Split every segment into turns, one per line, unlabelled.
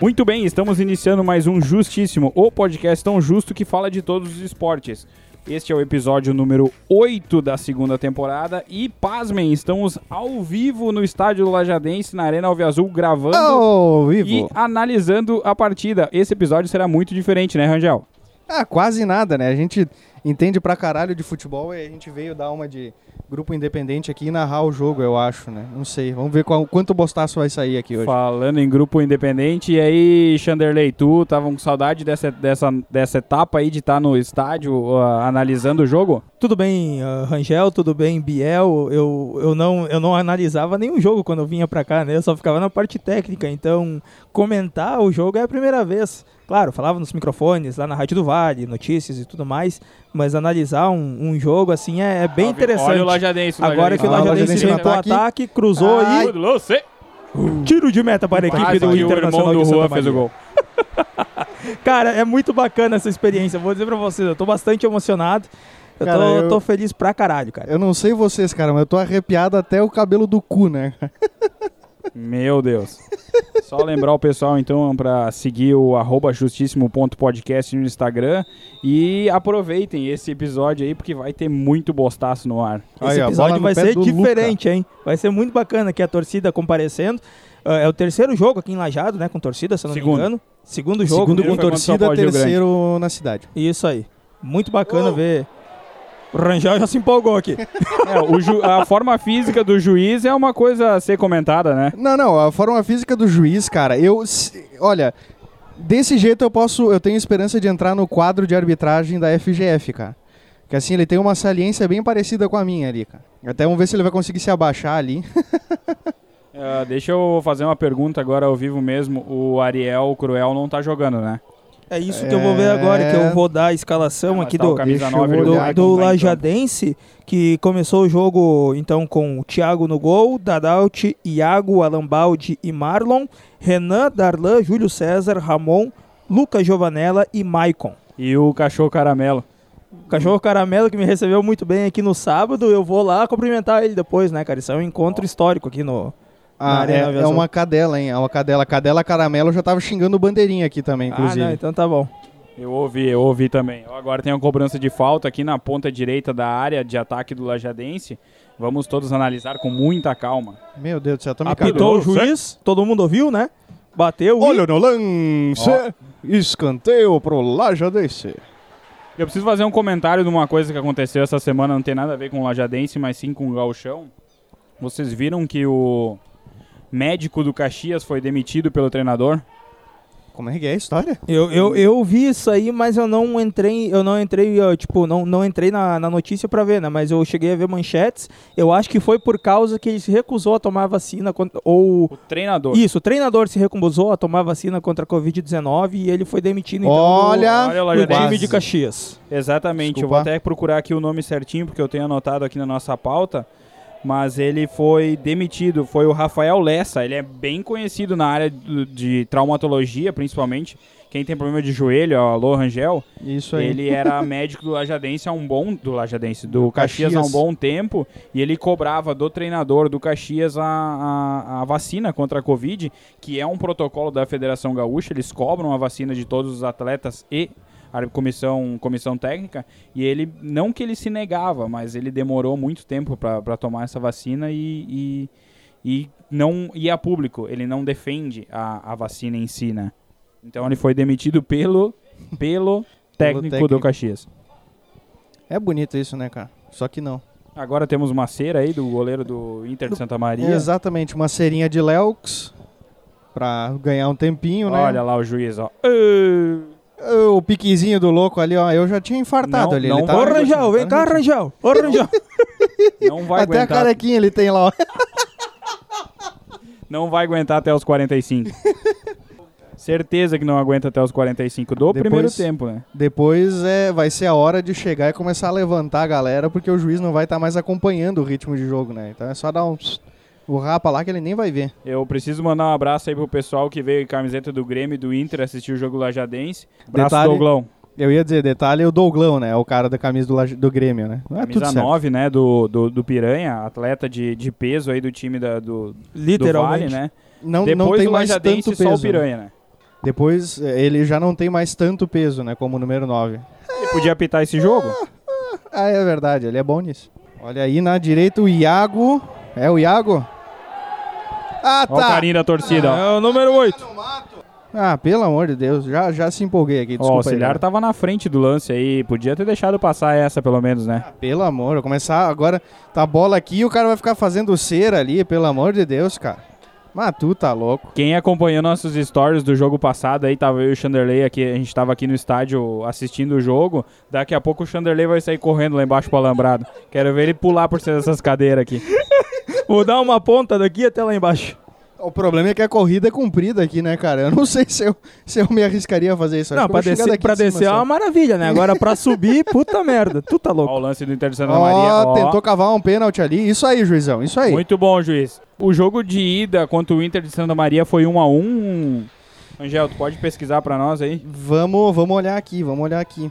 Muito bem, estamos iniciando mais um Justíssimo, o podcast tão justo que fala de todos os esportes. Este é o episódio número 8 da segunda temporada e, pasmem, estamos ao vivo no estádio do Lajadense, na Arena Alveazul, gravando
Ao
e
vivo.
analisando a partida. Esse episódio será muito diferente, né, Rangel?
Ah, quase nada, né? A gente entende pra caralho de futebol e a gente veio dar uma de grupo independente aqui e narrar o jogo, eu acho, né? Não sei. Vamos ver qual, quanto bostaço vai sair aqui hoje.
Falando em grupo independente, e aí, Chanderley, tu tava com saudade dessa, dessa, dessa etapa aí de estar no estádio ah, analisando o jogo?
Tudo bem, ah, Rangel, tudo bem, Biel. Eu, eu, não, eu não analisava nenhum jogo quando eu vinha pra cá, né? Eu só ficava na parte técnica. Então, comentar o jogo é a primeira vez. Claro, falava nos microfones, lá na Rádio do Vale, notícias e tudo mais. Mas analisar um, um jogo assim é, é
Olha
bem
o
interessante.
Lajadense, o
Agora que o
Ah, o
Lajadense
Lajadense
inventou
tá
o
no ataque.
ataque, cruzou
Ah,
e tiro de meta para a equipe
Quase que
do
o irmão
um Internacional
do
de
Juan
Santa
fez o
Maria.
gol.
Cara, é muito bacana essa experiência. Vou dizer pra vocês, eu tô bastante emocionado. Eu,
Cara,
tô,
eu-
tô feliz pra caralho, cara.
Eu não sei vocês, cara, mas eu tô arrepiado até o cabelo do cu, né?
Meu Deus. Só lembrar o pessoal, então, para seguir o arroba justíssimo.podcast no Instagram. E aproveitem esse episódio aí, porque vai ter muito bostaço no ar.
Aí,
Esse
ó, bola
episódio
no
vai
pé
ser
do Luca.
diferente, hein? Vai ser muito bacana aqui a torcida comparecendo. Ah, é o terceiro jogo aqui em Lajado, né? Com torcida, se eu não
Segundo.
me engano. Segundo jogo.
Segundo
Com
Primeiro foi contra o São
torcida,
Paulo de Rio Grande.
terceiro na cidade.
Isso aí. Muito bacana ver. O Rangel já se empolgou aqui.
É, o ju- a forma física do juiz é uma coisa a ser comentada, né?
Não, não, a forma física do juiz, cara, eu. se- Olha, desse jeito eu posso. Eu tenho esperança de entrar no quadro de arbitragem da FGF, cara. Que assim, ele tem uma saliência bem parecida com a minha ali, cara. Até vamos ver se ele vai conseguir se abaixar ali.
É.
Ah, deixa eu fazer uma pergunta agora ao vivo mesmo. O Ariel Cruel não tá jogando, né?
É isso que eu vou ver agora, que
É.
eu vou dar a escalação
Mas
aqui
tá
do,
o camisa
deixa eu
nove,
olhar
ele não
do,
tá
do
entrando.
Lajadense, que começou o jogo então com o Thiago no gol, Dadalt, Iago, Alambaldi e Marlon, Renan, Darlan, Júlio César, Ramon, Lucas Giovanella e Maicon.
E o cachorro caramelo.
O Cachorro Caramelo que me recebeu muito bem aqui no sábado, eu vou lá cumprimentar ele depois, né, cara? Isso é um encontro histórico aqui no. Na
Ah,
Arena
é, é
Aviação.
uma cadela, hein? É uma cadela. Cadela caramelo eu já tava xingando o bandeirinha aqui também, inclusive.
Ah, não, então tá bom.
Eu ouvi, eu ouvi também. Agora tem uma cobrança de falta aqui na ponta direita da área de ataque do Lajadense. Vamos todos analisar com muita calma.
Meu Deus do céu, tô me cagando.
Apitou o
Certo.
juiz, todo mundo ouviu, né? Bateu. e-
Olha no lance! Escanteio pro Lajadense.
Eu preciso fazer um comentário de uma coisa que aconteceu essa semana, não tem nada a ver com o Lajadense, mas sim com o Galchão. Vocês viram que o médico do Caxias foi demitido pelo treinador?
Como é que é a história?
Eu, eu, eu vi isso aí, mas eu não entrei, eu não entrei, eh, tipo, não, não entrei na, na notícia pra ver, né? Mas eu cheguei a ver manchetes. Eu acho que foi por causa que ele se recusou a tomar vacina contra, ou
O treinador.
isso, o treinador se recusou a tomar vacina contra a Covid-19 e ele foi demitido então, do-
Olha,
Olha o
do, time
Lajadense.
de Caxias.
Exatamente, eu
Desculpa.
vou até procurar aqui o nome certinho, porque eu tenho anotado aqui na nossa pauta. Mas ele foi demitido, foi o Rafael Lessa. Ele é bem conhecido na área do- de traumatologia, principalmente. Quem tem problema de joelho, ó, alô Rangel,
Isso aí.
ele era médico do Lajadense há um bom. Do Lajadense, do, Caxias. há um
Caxias.
bom tempo. E ele cobrava do treinador do Caxias a, a, a vacina contra a Covid, que é um protocolo da Federação Gaúcha. Eles cobram a vacina de todos os atletas e a comissão, comissão técnica. E ele, não que ele se negava, mas ele demorou muito tempo para tomar essa vacina e. e e não e a público, ele não defende a, a vacina em si, né? Então ele foi demitido pelo pelo técnico, do
técnico.
Caxias.
É bonito isso, né, cara? Só que não.
Agora temos uma cera aí do goleiro do Inter de Santa Maria.
Exatamente, uma serinha de Leux pra ganhar um tempinho, né?
Olha lá o juiz, ó.
O piquezinho do louco ali, ó. Eu já tinha infartado
Não,
ali.
não
ele
Ô,
vou
tava
Rangel,
né?
vem cá, Rangel. Ô, Rangel.
Não vai
Até a é
aguentar.
carequinha ele tem lá, ó.
Não vai aguentar até os 45. Certeza que não aguenta até os 45 do
Depois-
primeiro tempo, né?
Depois é, vai ser a hora de chegar e começar a levantar a galera, porque o juiz não vai estar mais acompanhando o ritmo de jogo, né? Então é só dar um tss, o rapa lá que ele nem vai ver.
Eu preciso mandar um abraço aí pro pessoal que veio em camiseta do Grêmio e do Inter assistir o jogo Lajadense. Abraço
Detalhe-
Douglão.
Eu ia dizer, detalhe, é o Douglão, né? É O cara da camisa do, Laje- do Grêmio, né? Não é
Camisa
tudo certo.
9, né, do, do, do Piranha, atleta de, de peso aí do time da, do, do Vale,
Literalmente.
né?
Não,
Depois
não tem
do
mais
Lajadense,
tanto
só
peso.
o Piranha, né?
Depois eh, ele já não tem mais tanto peso, né? Como o número 9.
Ele podia apitar esse jogo?
Ah, é verdade, ele é bom nisso. Olha aí na direita o Iago. É o Iago? Ah,
Olha o
tá.
carinho da torcida. ó.
É o número 8.
Ah, pelo amor de Deus, já, já se empolguei aqui,
Ó, o
desculpa aí, né?
auxiliar
cara.
tava na frente do lance aí. Podia ter deixado passar essa, pelo menos,
tá-
né?
Pelo amor, eu começar agora, tá a bola aqui e o cara vai ficar fazendo cera ali, pelo amor de Deus, cara. Mas tu tá louco.
Quem acompanhou nossos stories do jogo passado aí, tava eu e o Chanderley aqui, a gente tava aqui no estádio assistindo o jogo. Daqui a pouco o Chanderley vai sair correndo lá embaixo pro alambrado. Quero ver ele pular por cima dessas cadeiras aqui.
Vou dar uma ponta daqui até lá embaixo.
O problema é que a corrida é comprida aqui, né, cara? Eu não sei se eu, se eu me arriscaria a fazer isso. Acho
não,
que
pra
eu vou chegar
descer,
daqui
pra
de cima
descer é
só.
uma maravilha, né? Agora pra subir, puta merda. Tu tá louco.
Ó, o lance do Inter de Santa Maria.
Ó,
ó.
tentou cavar um pênalti ali. Isso aí, juizão, isso aí.
Muito bom, juiz. O jogo de ida contra o Inter de Santa Maria foi 1 a 1 Angel, tu pode pesquisar pra nós aí?
Vamos, vamos olhar aqui, vamos olhar aqui.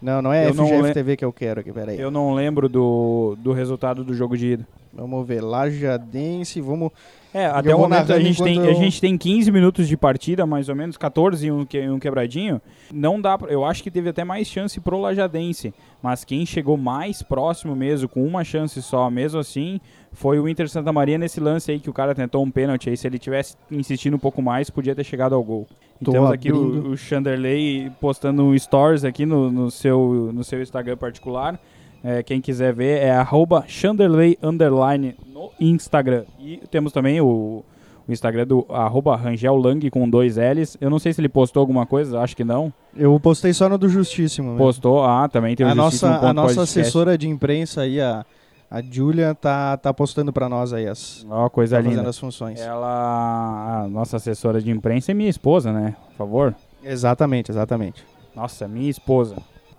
Não, não é
Eu não
FGF TV que eu quero aqui, peraí.
Eu não lembro do, do resultado do jogo de ida.
Vamos ver, Lajadense, vamos...
É,
Eu
até o
vou
momento a
narrando
gente, tem,
enquanto
a
eu-
gente tem 15 minutos de partida, mais ou menos, 14 e um, que- um quebradinho. Não dá, pra- eu acho que teve até mais chance pro Lajadense, mas quem chegou mais próximo mesmo, com uma chance só, mesmo assim, foi o Inter Santa Maria nesse lance aí que o cara tentou um pênalti aí, se ele tivesse insistindo um pouco mais, podia ter chegado ao gol.
Tô
Então aqui
abrindo.
o, o Chanderley postando um stories aqui no, no seu, no seu Instagram particular. É, quem quiser ver é arroba Chanderley underline no Instagram. E temos também o, o Instagram do arroba Rangel Lang com dois L's. Eu não sei se ele postou alguma coisa, acho que não.
Eu postei só no do Justíssimo. mesmo.
Postou, ah, também tem o
a nossa,
Justíssimo
a
ponto
nossa
podcast.
assessora de imprensa aí, a, a Júlia, tá, tá postando pra nós aí as,
Ó, coisa
tá fazendo
linda.
as funções.
Ela, a nossa assessora de imprensa e minha esposa, né? Por favor.
Exatamente, exatamente.
Nossa, minha esposa.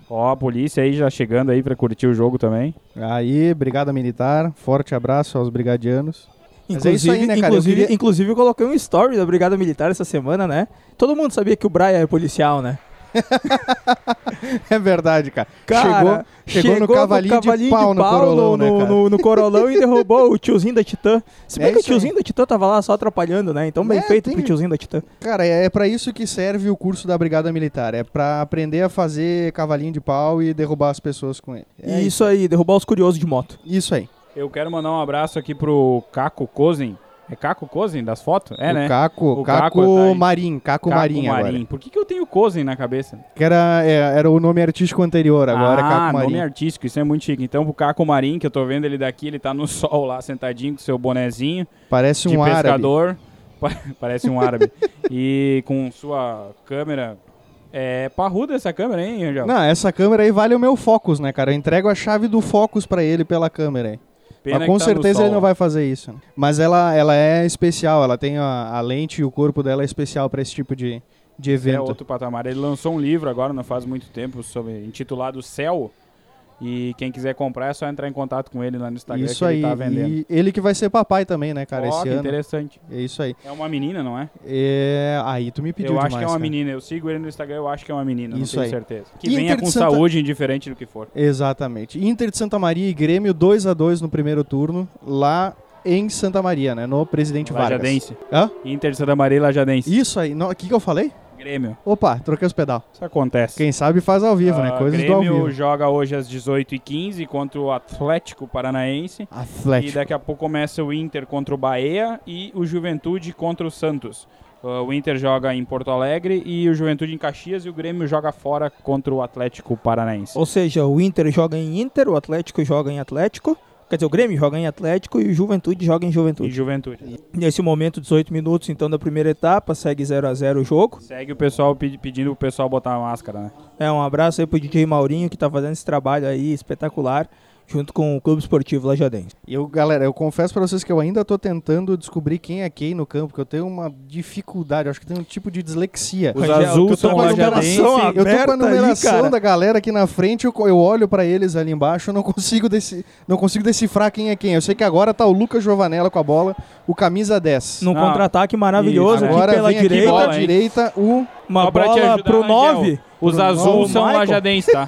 Ó, a polícia aí já chegando aí pra curtir o jogo também.
Aí, Brigada Militar, forte abraço aos brigadianos. Mas é isso aí, né, cara? Eu
inclusive,
queria-
inclusive eu coloquei um story da Brigada Militar essa semana, né? Todo mundo sabia que o Brian é policial, né?
É verdade, cara.
Cara,
chegou, chegou, no cavalinho, de pau no Corolão,
no,
né, cara?
no- no Corolão e derrubou o tiozinho da Titã. Se bem
É
que o
isso aí.
tiozinho da Titã tava lá só atrapalhando, né? Então bem
É,
feito
tem-
pro tiozinho da Titã.
Cara, é pra isso que serve o curso da Brigada Militar. É pra aprender a fazer cavalinho de pau e derrubar as pessoas com ele. É
e isso aí, derrubar os curiosos de moto.
Isso aí.
Eu quero mandar um abraço aqui pro Caco Cozen. É Caco Cozen das fotos? É,
o
né?
Caco,
O
Caco,
Caco tá aí.
Marim, Caco, Marim agora.
Por que, que eu tenho Cozen na cabeça?
Que era, é, era o nome artístico anterior, agora é
ah,
Caco Marim.
nome artístico, isso é muito chique. Então, pro Caco Marim, que eu tô vendo ele daqui, ele tá no sol lá, sentadinho com seu bonezinho
Parece um
de
árabe.
pescador. Pa- Parece um árabe. e com sua câmera... É parruda essa câmera, hein, Angel?
Não, essa câmera aí vale o meu Focus, né, cara? Eu entrego a chave do Focus pra ele pela câmera aí.
Pena
Mas
que
com
tá no
certeza
sol.
ele não vai fazer isso. né? Mas ela, ela é especial, ela tem a, a lente e o corpo dela é especial pra esse tipo de, de
É
evento.
outro patamar. Ele lançou um livro agora, não faz muito tempo, sobre, intitulado Céu. E quem quiser comprar é só entrar em contato com ele lá no Instagram
isso
que
aí.
ele tá vendendo.
E ele que vai ser papai também, né, cara,
Ó,
esse
que
ano.
interessante.
É isso aí.
É uma menina, não é?
É, Aí tu me pediu
eu acho
demais,
que é uma
cara.
menina. Eu sigo ele no Instagram, eu acho que é uma menina,
Isso
não tenho
aí.
certeza. Que
Inter
venha
de
com
Santa-
saúde, indiferente do que for.
Exatamente. Inter de Santa Maria e Grêmio 2 a 2 no primeiro turno, lá em Santa Maria, né? No Presidente Vargas.
Lajadense.
Hã?
Inter de Santa Maria e Lajadense.
Isso aí. O que, que eu falei?
Grêmio.
Opa, troquei os pedal.
Isso acontece.
Quem sabe faz ao vivo, né?
Ah,
Coisas
Grêmio
do ao vivo.
joga hoje às 18h15 contra o Atlético Paranaense. E
Atlético.
daqui a pouco começa o Inter contra o Bahia e o Juventude contra o Santos. Uh, o Inter joga em Porto Alegre e o Juventude em Caxias e o Grêmio joga fora contra o Atlético Paranaense.
Ou seja, o Inter joga em Inter, o Atlético joga em Atlético. Quer dizer, o Grêmio joga em Atlético e o Juventude joga em
E
Juventude.
Juventude.
Nesse momento, 18 minutos então da primeira etapa, segue 0 a 0 o jogo.
Segue o pessoal pe- pedindo pro pessoal botar a máscara, né?
É, um abraço aí pro DJ Maurinho que tá fazendo esse trabalho aí espetacular junto com o Clube Esportivo Lajadense.
Eu, galera, eu confesso pra vocês que eu ainda tô tentando descobrir quem é quem no campo, que eu tenho uma dificuldade, eu acho que tem um tipo de dislexia.
Os
Rangel,
azuis
tu tá
são
com a
lajadense.
numeração
Eu tô com
aberta
a
aí,
numeração
cara.
da galera aqui na frente, eu, co- eu olho pra eles ali embaixo, eu não consigo, deci, não consigo decifrar quem é quem. Eu sei que agora tá o Lucas Giovanella com a bola, o camisa 10.
Num
Não.
contra-ataque maravilhoso
Ah, Isso,
aqui
agora
pela
vem aqui
direita,
pela
bola, hein?
direita o,
uma
Só pra te
bola
ajudar,
pro
Rangel.
9
um
Os
Paulo,
azuis são
Michael.
lajadense, tá?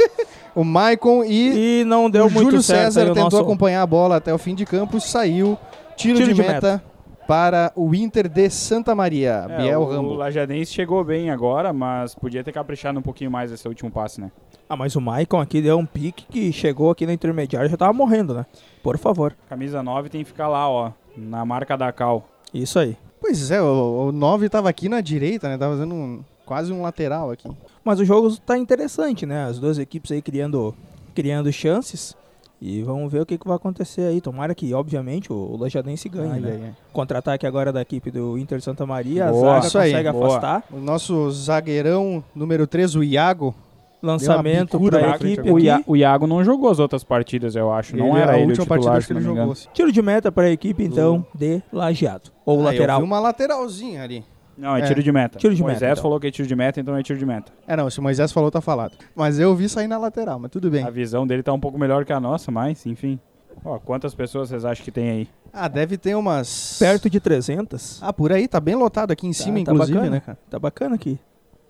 o Maicon e,
e não deu
o
muito
Júlio
certo.
César
aí o
tentou
nosso...
acompanhar a bola até o fim de campo, saiu, tiro, de, meta. para o Inter de Santa Maria.
É,
Biel
o, O
Rambo.
Lajadense chegou bem agora, mas podia ter caprichado um pouquinho mais esse último passe, né?
Ah, mas o Maicon aqui deu um pique que chegou aqui na intermediária e já tava morrendo, né? Por favor.
Camisa 9 tem que ficar lá, ó, na marca da Cal.
Isso aí.
Pois é, o, o 9 tava aqui na direita, né? Tava fazendo um- quase um lateral aqui.
Mas o jogo tá interessante, né? As duas equipes aí criando, criando chances. E vamos ver o que, que vai acontecer aí. Tomara que, obviamente, o Lajadense ganhe,
Ai,
né?
ai, ai.
Contra-ataque agora da equipe do Inter Santa Maria.
Boa.
a zaga
Isso aí,
consegue
boa.
afastar.
O nosso zagueirão número 3, o Iago.
Lançamento
bicuda
para
na
a
frente
equipe
agora.
O, Ia-
aqui.
o Iago não jogou as outras partidas, eu acho. Não
Ele- é
era
a
ele o
última partida
titular, se
acho que
não
ele
me
jogou.
engano.
assim.
Tiro de meta para a equipe, então, de Lajeado. Ou
Ah, eu
lateral.
vi uma lateralzinha ali.
Não, é,
É.
tiro de meta.
Tiro de
Moisés
meta, então.
falou que é tiro de meta, então é tiro de meta.
É, não, se o Moisés falou, tá falado. Mas eu vi sair na lateral, mas tudo bem.
A visão dele tá um pouco melhor que a nossa, mas, enfim. Ó, quantas pessoas vocês acham que tem aí?
Ah, deve ter umas.
Perto de 300.
Ah, por aí, tá bem lotado aqui em
Tá-
cima,
tá
inclusive,
bacana,
né, cara?
Tá bacana aqui.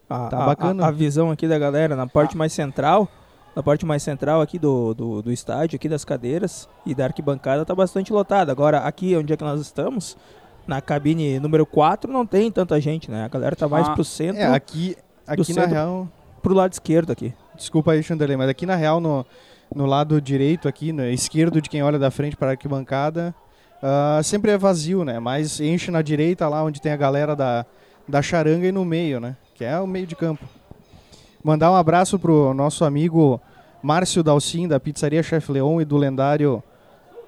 A,
Tá
a-
bacana.
Ah, A, a visão aqui da galera na parte
Ah.
mais central, na parte mais central aqui do, do, do estádio, aqui das cadeiras e da arquibancada tá bastante lotada. Agora, aqui onde é que nós estamos, na cabine número 4, não tem tanta gente, né? A galera tá mais
Ah,
pro centro,
É, aqui, aqui na
centro-
real.
pro lado esquerdo aqui.
Tá
Desculpa aí, Chanderley, mas aqui na real, no, no lado direito, aqui, no esquerdo de quem olha da frente para a arquibancada, ah, sempre é vazio, né? Mas enche na direita lá onde tem a galera da, da charanga e no meio, né? Que é o meio de campo. Mandar um abraço pro nosso amigo Márcio Dalcin, da Pizzaria Chef Leon e do lendário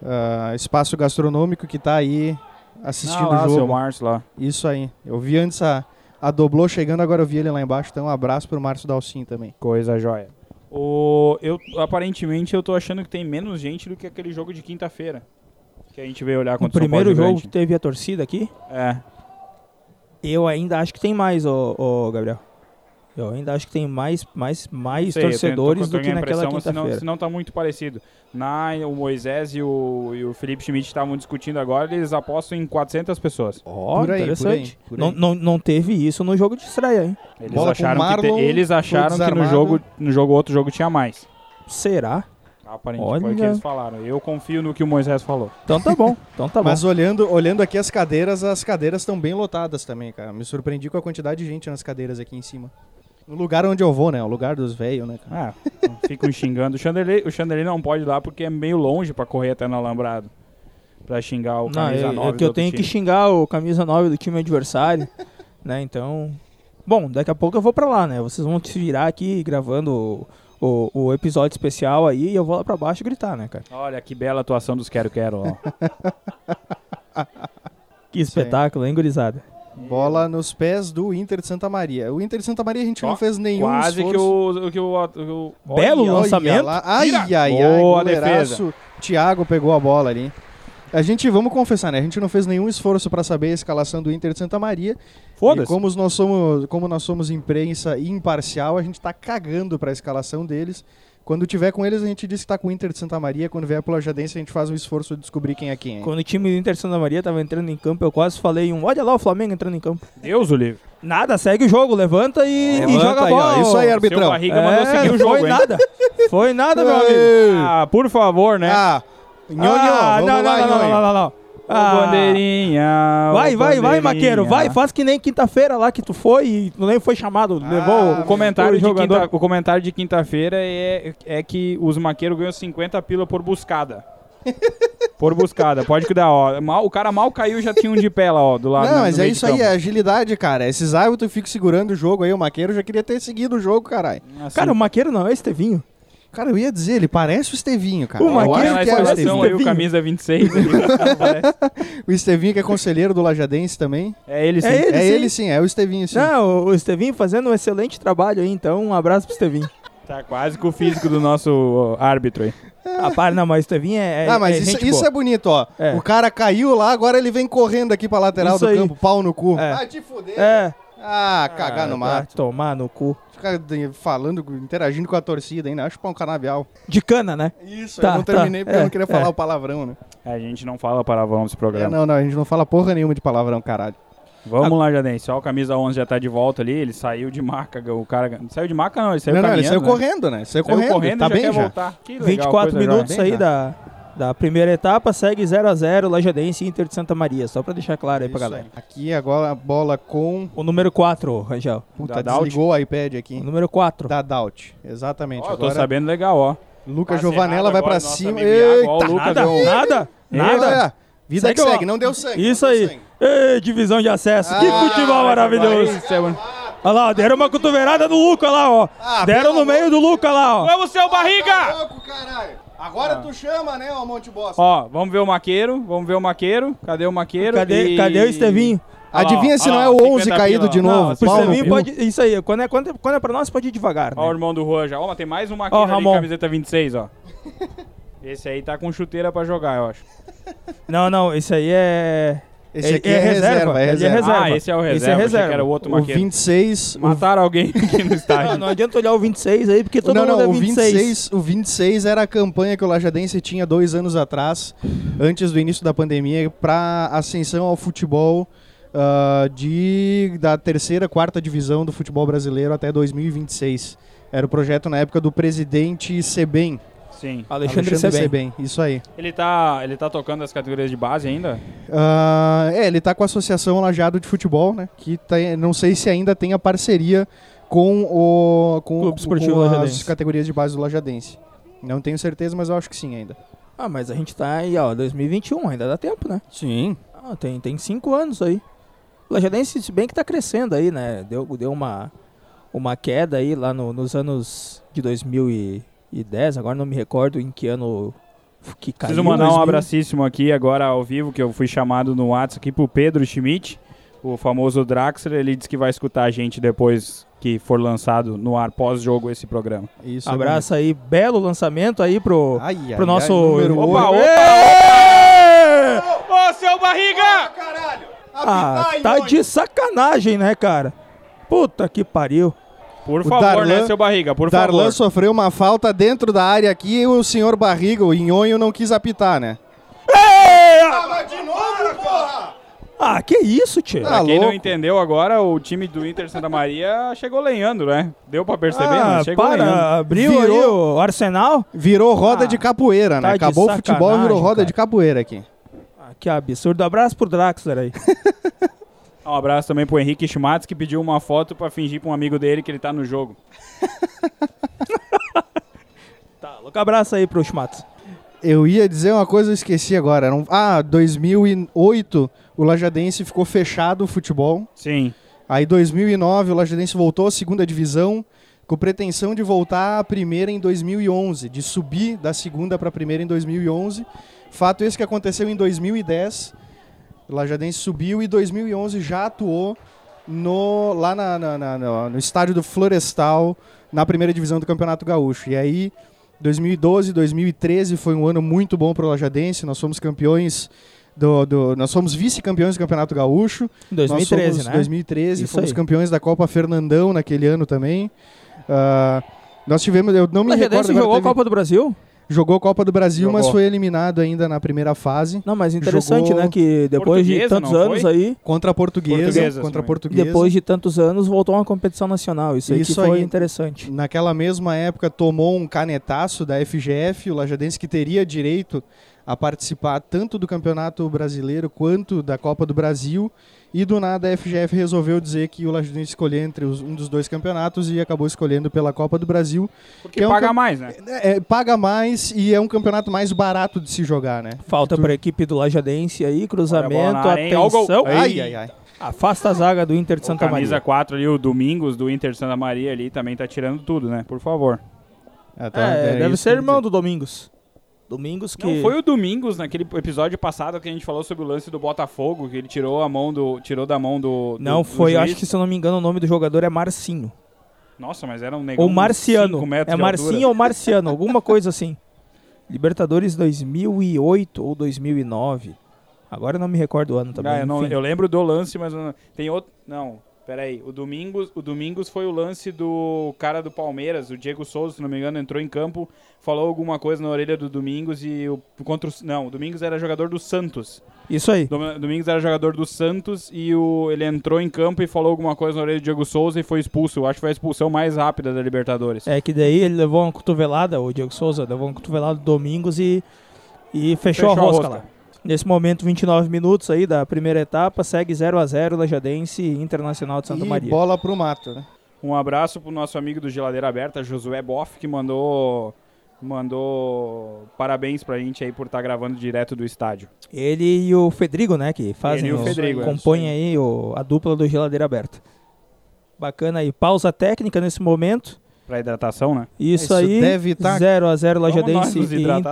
ah, Espaço Gastronômico, que tá aí assistindo
ah, lá,
o
seu
jogo.
Márcio lá.
Isso aí. Eu vi antes a, a Doblô chegando, agora eu vi ele lá embaixo. Então um abraço pro Márcio Dalcin também.
Coisa jóia. O, eu, aparentemente eu tô achando que tem menos gente do que aquele jogo de quinta-feira. Que a gente veio olhar
O
contra o São Paulo
primeiro jogo
Gigante.
que teve a torcida aqui,
É.
eu ainda acho que tem mais, ô, ô, Gabriel. Eu ainda acho que tem mais, mais, mais
sei, eu tenho- tô-
torcedores
tô
do
com
que
a
naquela
impressão, mas se não-
quinta-feira.
Se não tá muito parecido. Na, o Moisés e o, e o Felipe Schmidt estavam discutindo agora, eles apostam em 400 pessoas.
Ó,
Por aí,
interessante.
por aí, por
Não,
aí.
não, não teve isso no jogo de estreia, hein?
Eles
Bola com
acharam, que,
Marlon,
te- eles acharam que no
desarmado.
jogo, no jogo outro jogo tinha mais.
Será?
Aparentemente foi o que
Olha.
eles falaram. Eu confio no que o Moisés falou.
Então tá bom. Então tá bom.
Mas olhando, olhando aqui as cadeiras, as cadeiras estão bem lotadas também, cara. Me surpreendi com a quantidade de gente nas cadeiras aqui em cima. No lugar onde eu vou, né? O lugar dos velhos, né, cara?
Ah, ficam xingando. O Chanderley, o Chanderley não pode ir lá porque é meio longe pra correr até no alambrado. Pra xingar o
Não,
camisa
é, é
9
que eu tenho que xingar o camisa 9 do time adversário, né? Então. Bom, daqui a pouco eu vou pra lá, né? Vocês vão se virar aqui gravando o, o, o episódio especial aí e eu vou lá pra baixo gritar, né, cara?
Olha que bela atuação dos Quero Quero, ó.
Que espetáculo, hein, gurizada?
Bola nos pés do Inter de Santa Maria. O Inter de Santa Maria a gente
Ó,
não fez nenhum
Quase que
esforço.
o, que o, que o- Olha,
Belo
Olha
lançamento.
lá. Ai, ai,
Tira.
ai.
Boa
goleiraço. Thiago pegou a bola ali. A gente, vamos confessar, né? A gente não fez nenhum esforço pra saber a escalação do Inter de Santa Maria. E
Foda-se.
como nós somos, como nós somos imprensa e imparcial, a gente tá cagando pra escalação deles. Quando tiver com eles, a gente diz que tá com o Inter de Santa Maria. Quando vier pela Jadense, a gente faz um esforço de descobrir quem é quem.
Quando o time do Inter Santa Maria tava entrando em campo, eu quase falei um. Olha lá o Flamengo entrando em campo.
Deus o livre.
Nada, segue o jogo, levanta e, e
Levanta
joga a
aí, ó.
bola.
Isso aí,
Seu
arbitrão.
barriga mandou seguir o jogo,
É, Foi
hein?
nada. Foi nada, meu amigo.
Ei.
Ah, por favor, né?
Ah, nhonho,
Ah,
vamos lá,
não, não, não, não,
nhonho.
não, não, não.
Ô,
Ah,
bandeirinha. ô,
Vai, vai, vai,
bandeirinha.
Maqueiro.
ah.
Vai, faz que nem quinta-feira lá que tu foi e tu nem foi chamado.
Ah,
levou
O comentário,
o
de
jogador.
quinta- o comentário de quinta-feira é, é que os maqueiros ganham 50 pila por buscada. por buscada, pode cuidar, ó. Mal, o cara mal caiu já tinha um de pé lá, ó, do lado.
Não,
no-
mas
no
é
meio de
isso aí,
campo.
é agilidade, cara. Esses árbitros ficam segurando o jogo aí. O Maqueiro já queria ter seguido o jogo, caralho.
Assim,
Cara, o Maqueiro não é Estevinho.
Cara, eu ia dizer, ele parece o Estevinho, cara.
O
Eu
olha
Maqueiro
acho
lá a
que é o
escalação
Estevinho.
aí, o camisa 26. ali, parece.
O Estevinho que é conselheiro do Lajadense também.
é ele sim.
É Ele
é
sim.
ele sim, é o Estevinho sim.
Não, o Estevinho fazendo um excelente trabalho aí, então um abraço pro Estevinho.
Tá quase com o físico do nosso ó, árbitro aí.
ah, para, não, mas o Estevinho é. é
É. ah, mas
é
isso,
gente
isso
boa.
é bonito, ó.
É.
O cara caiu lá, agora ele vem correndo aqui pra lateral
Isso
do
aí.
campo, pau no cu.
É.
Ah, te fuder.
É.
Ah, cagar
Ah,
no
vai
mato.
Tomar no cu.
Ficar de- falando, interagindo com a torcida ainda. Acho que um canavial.
De cana, né?
Isso,
Tá,
eu não
tá.
terminei porque
É,
eu não queria
é.
falar o palavrão, né?
A gente não fala palavrão nesse
É,
programa.
não, não, a gente não fala porra nenhuma de palavrão, caralho.
Vamos lá, Jaden. Só o camisa 11 já tá de volta ali. Ele saiu de maca. O cara não saiu de maca, não. Ele saiu
não, não, ele
caminhando,
saiu
né?
correndo, né? Saiu,
Saiu correndo,
correndo, tá
já
bem
quer
já.
voltar. Que legal,
24
coisa
minutos
joia.
aí
Bem,
da, Da primeira etapa segue 0 a 0 Lajadense e Inter de Santa Maria, só pra deixar claro aí pra
Isso
galera.
aí. Aqui agora a bola com.
O número 4, Rangel.
Puta,
Dadalt.
desligou o iPad
O
aqui.
número 4.
Da Daut. Exatamente.
Ó, eu tô
agora,
sabendo legal, ó.
Lucas
Passe
Giovanella
errado
vai
agora,
pra
nosso
cima.
amigo Iago, ó, o
Eita,
Lucas
Nada,
deu um-
nada, nada.
Olha, vida
Segue,
que
ó.
segue, não deu sangue.
Isso
não deu
aí.
sangue.
Ei, divisão de acesso. que
Ah,
futebol maravilhoso.
Vai, seu-
Olha lá, ó, deram uma cotovelada no Luca lá, ó.
Ah,
deram
pelo
no meio
amor
do Luca lá, ó.
Vamos, seu
Tá
barriga! Ah.
louco, caralho. Agora tu chama, né, ó, Monte Bosta.
Ó, vamos ver o maqueiro, vamos ver o maqueiro. Cadê o maqueiro?
Cadê,
E-
cadê o Estevinho?
Olha lá,
Adivinha
ó,
se
olha
não é
lá,
o
50
11 caído
pila,
de
ó.
novo.
Não,
O
Paulo,
Estevinho
viu?
pode. Isso aí, quando é, quando é, quando é pra nós, pode ir devagar.
Ó, o
Né?
irmão do Juan já. Ó, mas tem mais um maqueiro
Ó,
ali,
Ramon.
camiseta 26, ó. Esse aí tá com chuteira pra jogar, eu acho.
Não, não, esse aí é.
Esse aqui é, reserva, é
ele
reserva.
Ah, esse é o reserva.
Esse é
achei
reserva.
que era o outro
O
maqueiro.
26. o-
Mataram alguém aqui no estádio.
Ah, Não, não adianta olhar o 26 aí, porque todo
não,
mundo
não,
é
o
26.
26, o 26 era a campanha que o Lajadense tinha dois anos atrás, antes do início da pandemia, para ascensão ao futebol ah, de, da terceira, quarta divisão do futebol brasileiro até 2026. Era o projeto na época do presidente Sebem.
Sim.
Alexandre, Sebem.
Isso aí.
Ele tá, ele tá tocando as categorias de base ainda?
Ah, é, ele tá com a Associação Lajado de Futebol, né? Que tá, não sei se ainda tem a parceria com o com,
Clube Esportivo
com as
Lajadense.
categorias de base do Lajadense. Não tenho certeza, mas eu acho que sim ainda.
Ah, mas a gente tá aí, ó, 2021, ainda dá tempo, né?
Sim.
Ah, tem, tem cinco anos aí. O Lajadense, se bem que tá crescendo aí, né? Deu, deu uma, uma queda aí lá no- nos anos de 2010, agora não me recordo em que ano que caiu.
Preciso mandar
2000.
um abracíssimo aqui agora ao vivo, que eu fui chamado no WhatsApp aqui pro Pedro Schmidt, o famoso Draxler. Ele disse que vai escutar a gente depois que for lançado no ar pós-jogo esse programa.
Isso. é
Abraço aí, belo lançamento aí pro,
bonito. Ai, ai,
pro nosso...
ai, número
Opa,
oito.
opa,
opa!
Ô, seu barriga!
caralho!
Ah,
Apitai,
tá
Ione.
de sacanagem, né, cara? Puta que pariu.
Por
O
favor,
Darlan-
né, seu barriga? Por
Darlan
favor.
sofreu uma falta dentro da área aqui e o senhor Barriga, o Inhonho, não quis apitar, né? de novo, porra!
Ah, que isso, tio?
Ah,
Pra quem não
louco.
entendeu agora, o time do Inter Santa Maria chegou lenhando, né? Deu pra perceber,
Ah,
mas chegou né? lenhando.
para, abriu aí
Virou.
o Arsenal.
Virou roda
Ah,
de capoeira,
tá
né?
de
Acabou o futebol, virou
sacanagem,
roda
cara.
de capoeira aqui.
Ah, que absurdo. Abraço pro Draxler aí.
Um abraço também pro Henrique Schmatz, que pediu uma foto pra fingir pra um amigo dele que ele tá no jogo.
tá, louco abraço aí pro Schmatz.
Eu ia dizer uma coisa, eu esqueci agora. Era um- Ah, 2008, o Lajadense ficou fechado o futebol.
Sim.
Aí 2009, o Lajadense voltou à segunda divisão, com pretensão de voltar à primeira em 2011, de subir da segunda para a primeira em 2011. Fato esse que aconteceu em 2010. O Lajadense subiu e 2011 já atuou no, lá na- na- na- na- no estádio do Florestal, na primeira divisão do Campeonato Gaúcho. E aí, 2012, 2013 foi um ano muito bom para o Lajadense. Nós fomos campeões do- do nós fomos vice-campeões do Campeonato Gaúcho. Nós
2013,
somos
né?
2013,
Isso
fomos
aí.
campeões da Copa Fernandão naquele ano também. Ah, nós tivemos, eu não
O
me recordo.
Lajadense
agora,
jogou a
teve-
Copa do Brasil?
Jogou a Copa do Brasil, mas
Jogou.
foi eliminado ainda na primeira fase
Não, mas interessante,
Jogou
né? Que depois de
Portuguesa,
tantos
não
anos
foi?
aí,
contra a Portuguesa,
Portuguesa
contra a
também.
Portuguesa.
depois de tantos anos, voltou uma competição nacional. Isso aí
Isso
que foi
aí.
interessante.
Naquela mesma época tomou um canetaço da FGF, o Lajadense que teria direito a participar tanto do Campeonato Brasileiro quanto da Copa do Brasil. E do nada a FGF resolveu dizer que o Lajadense escolhia entre os- um dos dois campeonatos e acabou escolhendo pela Copa do Brasil.
Porque
Que é um
paga
cam-
mais, né?
É, é, paga mais e é um campeonato mais barato de se jogar, né?
Falta
Tu-
pra equipe do Lajadense aí,
Olha a
cruzamento,
bola na área, hein? Olha o gol.
atenção.
Ai, ai, ai.
Afasta a zaga do Inter de
O
Santa
camisa
Maria.
4 ali, o Domingos do Inter Santa Maria ali também tá tirando tudo, né? Por favor.
Ah, tá,
É,
era
deve
isso
ser
que eu
irmão
ia
do Domingos. Domingos que.
Não foi o Domingos naquele episódio passado que a gente falou sobre o lance do Botafogo, que ele tirou a mão do tirou da mão do, do-
Não
do
foi,
juiz.
acho que se eu não me engano, o nome do jogador é Marcinho.
Nossa, mas era um negócio.
Ou Marciano. É Marcinho ou Marciano, alguma coisa assim. Libertadores 2008 ou 2009. Agora eu não me recordo o ano também.
Ah, eu, não-
enfim.
eu lembro do lance, mas eu não- tem outro. Não, peraí. O Domingos, o Domingos foi o lance do cara do Palmeiras, o Diego Souza, se não me engano, entrou em campo, falou alguma coisa na orelha do Domingos e o contra o, não, o Domingos era jogador do Santos.
Isso aí.
Dom- Domingos era jogador do Santos e o, ele entrou em campo e falou alguma coisa na orelha do Diego Souza e foi expulso. Eu acho que foi a expulsão mais rápida da Libertadores.
É que daí ele levou uma cotovelada, o Diego Souza levou uma cotovelada do Domingos e E
Fechou
fechou, a
a
rosca,
rosca.
lá. Nesse momento, 29 minutos aí da primeira etapa, segue 0 a 0 Lajadense e Internacional de Santa
e
Maria.
bola pro mato, né?
Um abraço pro nosso amigo do Geladeira Aberta, Josué Boff, que mandou mandou parabéns pra gente aí por estar gravando direto do estádio.
Ele e o Fedrigo, né, que fazem
Ele e o
o-
Fedrigo, é,
compõem aí o- a dupla do Geladeira Aberta. Bacana aí, pausa técnica nesse momento.
Pra hidratação, né?
Isso,
É Isso
aí,
deve tá-
0 a 0
Vamos nós
Lajadense
nos
e
hidratar também.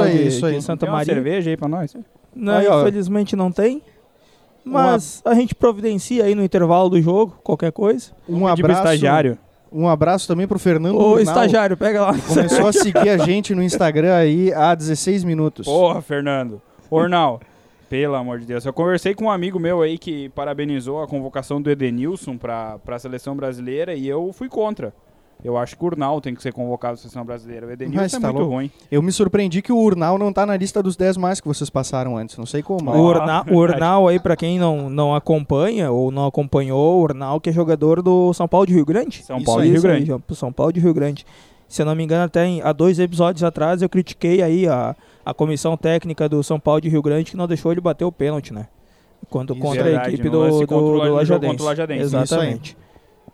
Isso aí,
de-
isso aí.
de Santa
Tem uma
Maria.
cerveja aí pra nós?
Não,
Aí, ó.
infelizmente não tem. Mas a gente providencia aí no intervalo do jogo, qualquer coisa.
Pedir
Um
pro
abraço,
Tipo estagiário.
um abraço também pro Fernando
Ô,
Brunal,
estagiário, pega lá.
que Começou a seguir a gente no Instagram aí há 16 minutos.
Porra, Fernando. Ornal, pelo amor de Deus. Eu conversei com um amigo meu aí que parabenizou a convocação do Edenilson pra, pra seleção brasileira e eu fui contra. Eu acho que o Urnal tem que ser convocado à seleção brasileira. O Edenilson
Mas
é
tá
muito
louco.
ruim.
Eu me surpreendi que o Urnal não tá na lista dos 10 mais que vocês passaram antes. Não sei como.
O Urna- o Urnal aí, pra quem não, não acompanha ou não acompanhou, o Urnal que é jogador do São Paulo de Rio Grande.
São
Isso
Paulo
aí,
e Rio
Isso aí,
Grande.
João, São Paulo de Rio Grande. Se eu não me engano, até em- há dois episódios atrás eu critiquei aí a, a comissão técnica do São Paulo de Rio Grande que não deixou ele bater o pênalti, né? Quando
Isso,
contra a
verdade,
equipe
no
do,
lance
do,
contra o
do
La- no jogo
Lajadense.
contra o Lajadense, isso aí.
Exatamente.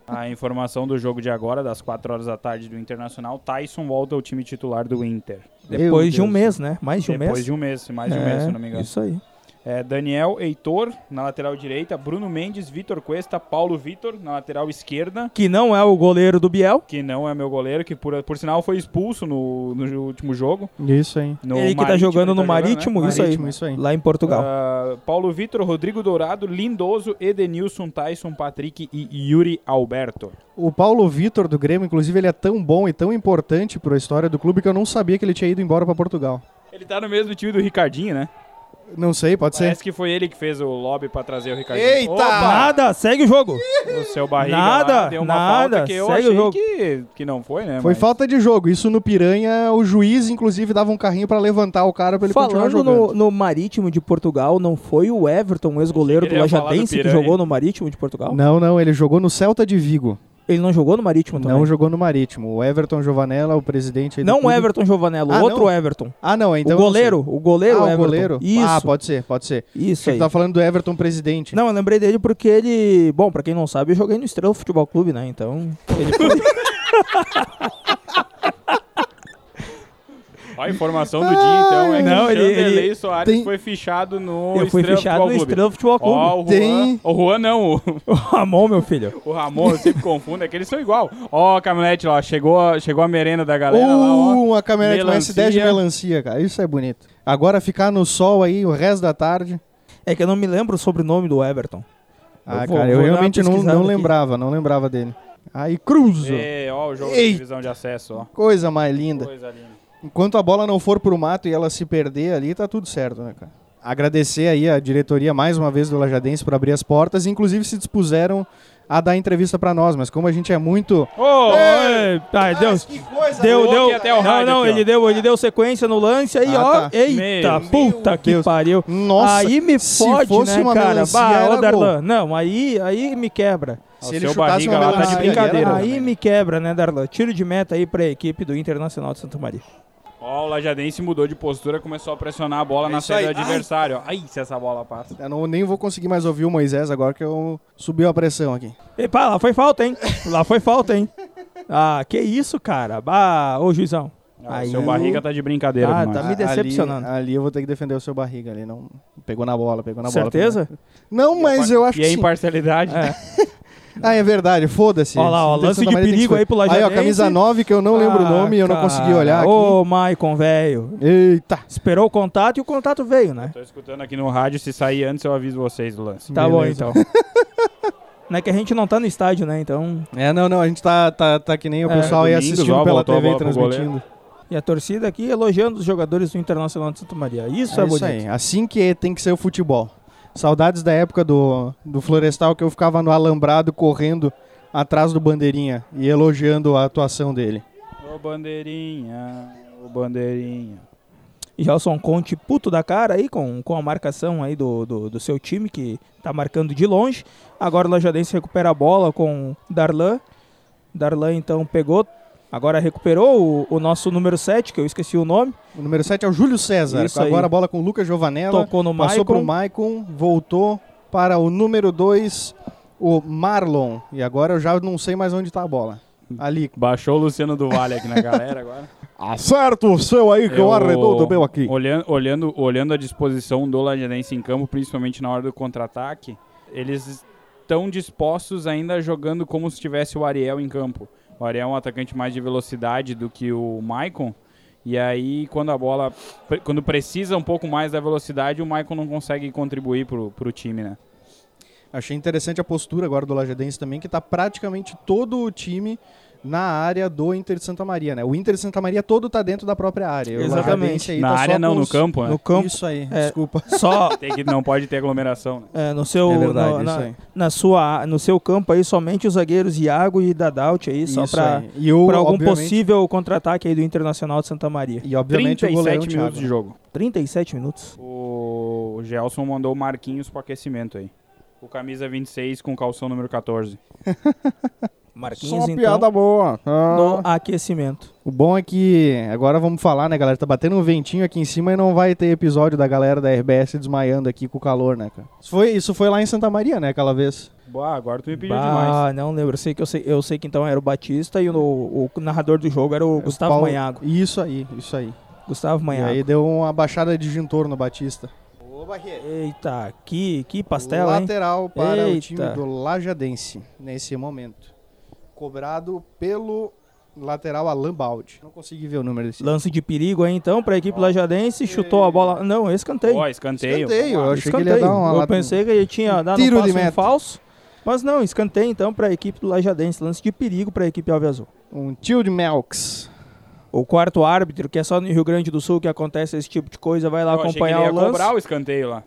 A informação do jogo de agora, das 4 horas da tarde do Internacional, Tyson volta ao time titular do Inter.
Meu
Depois de um
Deus.
mês, né? Mais de um
Depois
mês.
de um mês, mais de um
É,
mês, se eu não me engano.
Isso aí.
É, Daniel Heitor na lateral direita, Bruno Mendes, Vitor Cuesta, Paulo Vitor na lateral esquerda,
Que não é o goleiro do Biel.
que não é meu goleiro, que por, por sinal foi expulso no, no último jogo.
Ah, Isso, hein?
No
ele que tá
Marítimo,
jogando
ele tá
no Marítimo,
né?
isso aí.
Marítimo, isso aí.
Lá em Portugal.
Ah, Paulo Vitor, Rodrigo Dourado, Lindoso, Edenilson, Tyson, Patrick e Yuri Alberto.
O Paulo Vitor do Grêmio, inclusive, ele é tão bom e tão importante para a história do clube que eu não sabia que ele tinha ido embora para Portugal.
Ele tá no mesmo time do Ricardinho, né?
Não sei, pode ser.
Parece que foi ele que fez o lobby pra trazer o Ricardinho.
Eita!
Opa!
Nada, segue o jogo.
O seu barriga
Nada,
lá deu uma
nada,
falta que eu
segue o
achei
jogo.
Que, que não foi, né?
Foi
Mas-
falta de jogo. Isso no Piranha, o juiz, inclusive, dava um carrinho para levantar o cara para ele continuar
Falando
jogando.
no, no Marítimo de Portugal, não foi o Everton, o ex-goleiro
Achei
é do
que ele ia falar do
Lajadense, que
Piranha.
jogou no Marítimo de Portugal?
Não, não, ele jogou no Celta de Vigo.
Ele não jogou no Marítimo também?
Não jogou no Marítimo. O Everton Giovanella, o presidente. aí do
Não o
clube-
Everton Giovanello,
Ah,
outro
não?
Everton.
Ah, não, então.
o goleiro, o
não sei.
goleiro
Ah,
Everton.
o goleiro?
Isso,
Ah, pode ser, pode ser.
isso
Você
aí.
tá falando do Everton presidente.
Não, eu lembrei dele porque ele... Bom, pra quem não sabe, eu joguei no Estrela Futebol Clube, né? Então, ele foi...
A informação do dia, então, é que
Não,
o
ele-
Chanderley
ele-
Soares
tem-
foi fichado no
eu fui
Estrela
fechado
Futebol
no
Clube.
Estrela Futebol Clube.
Ó, o Juan,
Tem-
o Juan não, o,
O Ramon, meu filho.
o Ramon, eu sempre confundo, é que eles são igual. Ó, a caminhonete lá, chegou, a- chegou a merenda da galera lá, ó.
Ou Uh, uma caminhonete, uma
Melancia.
S10 de melancia, cara. Isso é bonito. Agora ficar no sol aí o resto da tarde.
É que eu não me lembro o sobrenome do Everton.
Ah, cara,
vou- vou
eu
dar uma
realmente não,
pesquisada
não
aqui.
lembrava, não lembrava dele. Aí, Cruzo.
É, ó, o jogo
Ei.
de divisão de acesso, ó.
Coisa mais linda.
Coisa linda.
Enquanto a bola não for pro mato e ela se perder ali, tá tudo certo, né, cara? Agradecer aí a diretoria mais uma vez do Lajadense por abrir as portas, inclusive se dispuseram a dar entrevista pra nós, mas como a gente é muito
Ô,
Ei, ai, Deus.
que coisa!
Deu,
Falou aqui
deu.
até o
não,
rádio
não,
aqui, ó.
ele deu, ele deu sequência no lance aí,
Ah,
ó.
tá.
Eita,
Meu
puta que
Deus.
pariu.
Nossa,
aí me
se
fode,
fosse
né,
uma
cara?
melancia,
Bah,
era
ô, Darlan. Não, aí, aí me quebra.
O
se ele
seu
chutasse
barriga
uma
lá tá de
melancia,
brincadeira.
era-
também,
Aí
né?
me quebra, né, Darlan? Tiro de meta aí pra equipe do Internacional de Santa Maria.
Ó, o Lajadense mudou de postura, começou a pressionar a bola
É
na
isso
saída
aí.
do adversário, ó. Ai, se essa bola passa.
Eu não, nem vou conseguir mais ouvir o Moisés agora que eu subiu a pressão aqui.
Epa, lá foi falta, hein? Lá foi falta, hein? Ah, que isso, cara. Bah, ô, juizão.
Ah,
Aí
o seu
é
eu-
barriga tá de brincadeira
Ah,
com nós.
tá me
A- ali-
decepcionando.
Ali, eu vou ter que defender o seu barriga ali, não pegou na bola, pegou na bola.
Certeza?
pegou. Não, mas eu acho
E é
que
a
sim.
imparcialidade?
Ah, é verdade, foda-se.
Ó lá, ó,
Então,
lance
Santa
de
Maria tem que
perigo
escolher.
aí pro
Aí, ó,
Lajadense. Ah,
camisa 9 que eu não lembro o nome e eu não consegui olhar aqui.
Ô, Maicon, velho.
Eita.
Esperou o contato e o contato veio, né?
Tô escutando aqui no rádio, se sair antes eu aviso vocês do lance.
Tá
Beleza.
bom, então. não é que a gente não tá no estádio, né? Então.
É, não, não, a gente tá, tá, tá que nem o
É.
pessoal aí
Domingos,
assistindo
ó,
pela
voltou a
TV
bola pro
transmitindo.
E a torcida aqui elogiando os jogadores do Internacional de Santa Maria. Isso é,
é isso
bonito.
aí, assim que tem que ser o futebol. Saudades da época do, do Florestal que eu ficava no alambrado correndo atrás do Bandeirinha e elogiando a atuação dele.
Ô bandeirinha, ô bandeirinha.
E Gelson Conte puto da cara aí com, com a marcação aí do, do, do seu time que tá marcando de longe. Agora o Lajadense recupera a bola com Darlan. Darlan então pegou, Agora recuperou o, o nosso número 7, que eu esqueci o nome.
O número 7 é o Júlio César.
Isso
Agora
aí.
a bola com o Lucas Giovanella.
Tocou no
Passou pro
Maicon.
Maicon, voltou para o número 2, o Marlon. E agora eu já não sei mais onde tá a bola. Ali.
Baixou o Luciano do Vale aqui na galera agora.
Acerta o seu aí que eu, arredondo meu aqui.
É Olhando, olhando, olhando a disposição do Lajadense em campo, principalmente na hora do contra-ataque, eles estão dispostos ainda jogando como se tivesse o Ariel em campo. O Ariel é um atacante mais de velocidade do que o Maicon. E aí, quando a bola. pre- Quando precisa um pouco mais da velocidade, o Maicon não consegue contribuir pro, pro time, né?
Achei interessante a postura agora do Lajadense também, que tá praticamente todo o time na área do Inter de Santa Maria, né? O Inter de Santa Maria todo tá dentro da própria área. O
Exatamente.
Lajadense aí
na
tá só
área
com
não, no
os-
campo, né?
No campo,
Isso aí,
É.
desculpa.
só
Tem que, não pode ter aglomeração, né?
é, no seu
é verdade,
no,
isso
na,
aí.
na sua, no seu campo aí somente os zagueiros Iago e Dadaut aí, só
Isso
para
aí. E o,
para algum
obviamente-
possível contra-ataque aí do Internacional de Santa Maria.
E obviamente o goleirão
37
Thiago.
minutos de jogo.
37 minutos.
O Gelson mandou o Marquinhos pro aquecimento aí. O camisa 26 com calção número 14.
Marquinhos então
boa. Ah.
no aquecimento.
O bom é que agora vamos falar, né, galera? Tá batendo um ventinho aqui em cima e não vai ter episódio da galera da RBS desmaiando aqui com o calor, né, cara? Isso foi, isso foi lá em Santa Maria, né, aquela vez.
Bah, agora tu me pediu demais.
Ah, não lembro. Eu sei que eu sei, eu sei que então era o Batista e o, o narrador do jogo era o Gustavo
Paulo-
Manhago.
Isso aí, isso aí.
Gustavo
E
Manhago.
aí deu uma baixada de gintor no Batista.
Eita, que, que pastela, hein?
Lateral para o
Eita.
time do Lajadense nesse momento. Cobrado pelo lateral Alain Baldi. Não consegui ver o número desse.
Lance de perigo aí então para a equipe lajadense, chutou a bola. Não, escanteio.
Ó, escanteio.
Escanteio, eu
Vamos lá.
achei que ele ia dar uma
Eu
lata-
pensei que ele tinha dado
tiro
um
de
passo
meta.
um falso. Mas não, escanteio então para a equipe do Lajadense, lance de perigo para a equipe Alve Azul.
Um tio de Melks.
O quarto árbitro, que é só no Rio Grande do Sul que acontece esse tipo de coisa, vai lá
Eu achei
acompanhar
que ele ia
o lance.
cobrar o escanteio lá.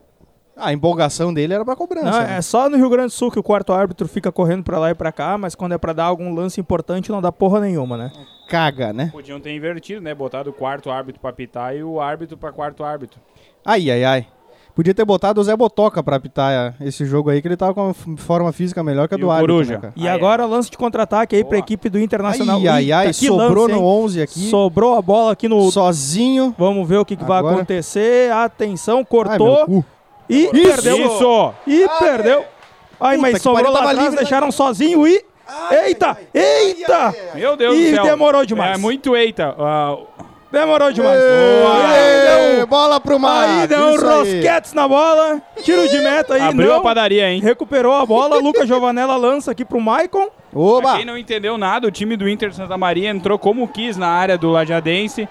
A empolgação dele era pra cobrança.
Não,
né?
é só no Rio Grande do Sul que o quarto árbitro fica correndo pra lá e pra cá, mas quando é pra dar algum lance importante não dá porra nenhuma, né?
Caga, né?
Podiam ter invertido, né? Botado o quarto árbitro pra pitar e o árbitro pra quarto árbitro.
Ai, ai, ai. Podia ter botado o Zé Botoca pra apitar é, esse jogo aí, que ele tava com uma f- forma física melhor que a
E
do
o
árbitro,
Coruja?
né, cara?
E
Ah, é.
agora lance de contra-ataque aí pra
Boa.
equipe do Internacional.
Ai, ai, ai,
Eita, que
sobrou
lance,
no
hein?
11 aqui,
Sobrou a bola aqui no...
sozinho.
Vamos ver o que, que vai
Agora.
acontecer. Atenção,
Ai, meu
cortou
cu.
e perdeu.
Isso!
E perdeu. Ai,
Puta
mas
que
sobrou
pariu,
lá
tava
atrás,
livre, né?
deixaram sozinho e... eita, eita!
Meu Deus
Ih,
do céu.
demorou demais.
É muito eita. Ah,
Demorou demais. E aí
Ei,
deu- um
bola pro Maicon.
Aí deu um
Ah, isso aí.
rosquetes na bola, tiro de meta aí,
abriu
não.
a padaria, hein?
Recuperou a bola, Lucas Giovanella lança aqui pro Maicon.
Pra
Oba!
quem não entendeu nada, o time do Inter de Santa Maria entrou como quis na área do Lajadense.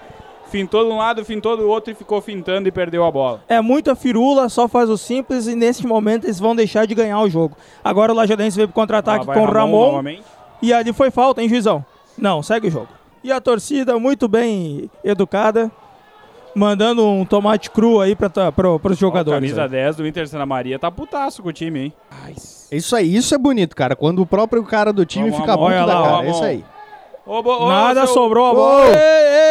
Fintou de um lado, fintou do outro e ficou fintando e perdeu a bola.
É muita firula, só faz o simples e nesse momento eles vão deixar de ganhar o jogo. Agora o Lajadense veio pro
Lá
contra-ataque
Ah, vai
Tá com o Ramon
novamente.
e ali foi falta, hein, juizão? Não, segue o jogo. E a torcida muito bem educada, mandando um tomate cru aí pra, ta- pro, pros
Ó,
jogadores. né?
camisa
aí.
10 do Inter de Santa Maria tá putaço com o time, hein?
Isso aí, isso é bonito, cara. Quando o próprio cara do time
Vamos,
fica
vamos,
puto da
olha
cara.
lá,
é
vamos.
Isso aí.
Ô, bo- ô,
Nada,
seu-
sobrou a bola.
Gol!
Ei,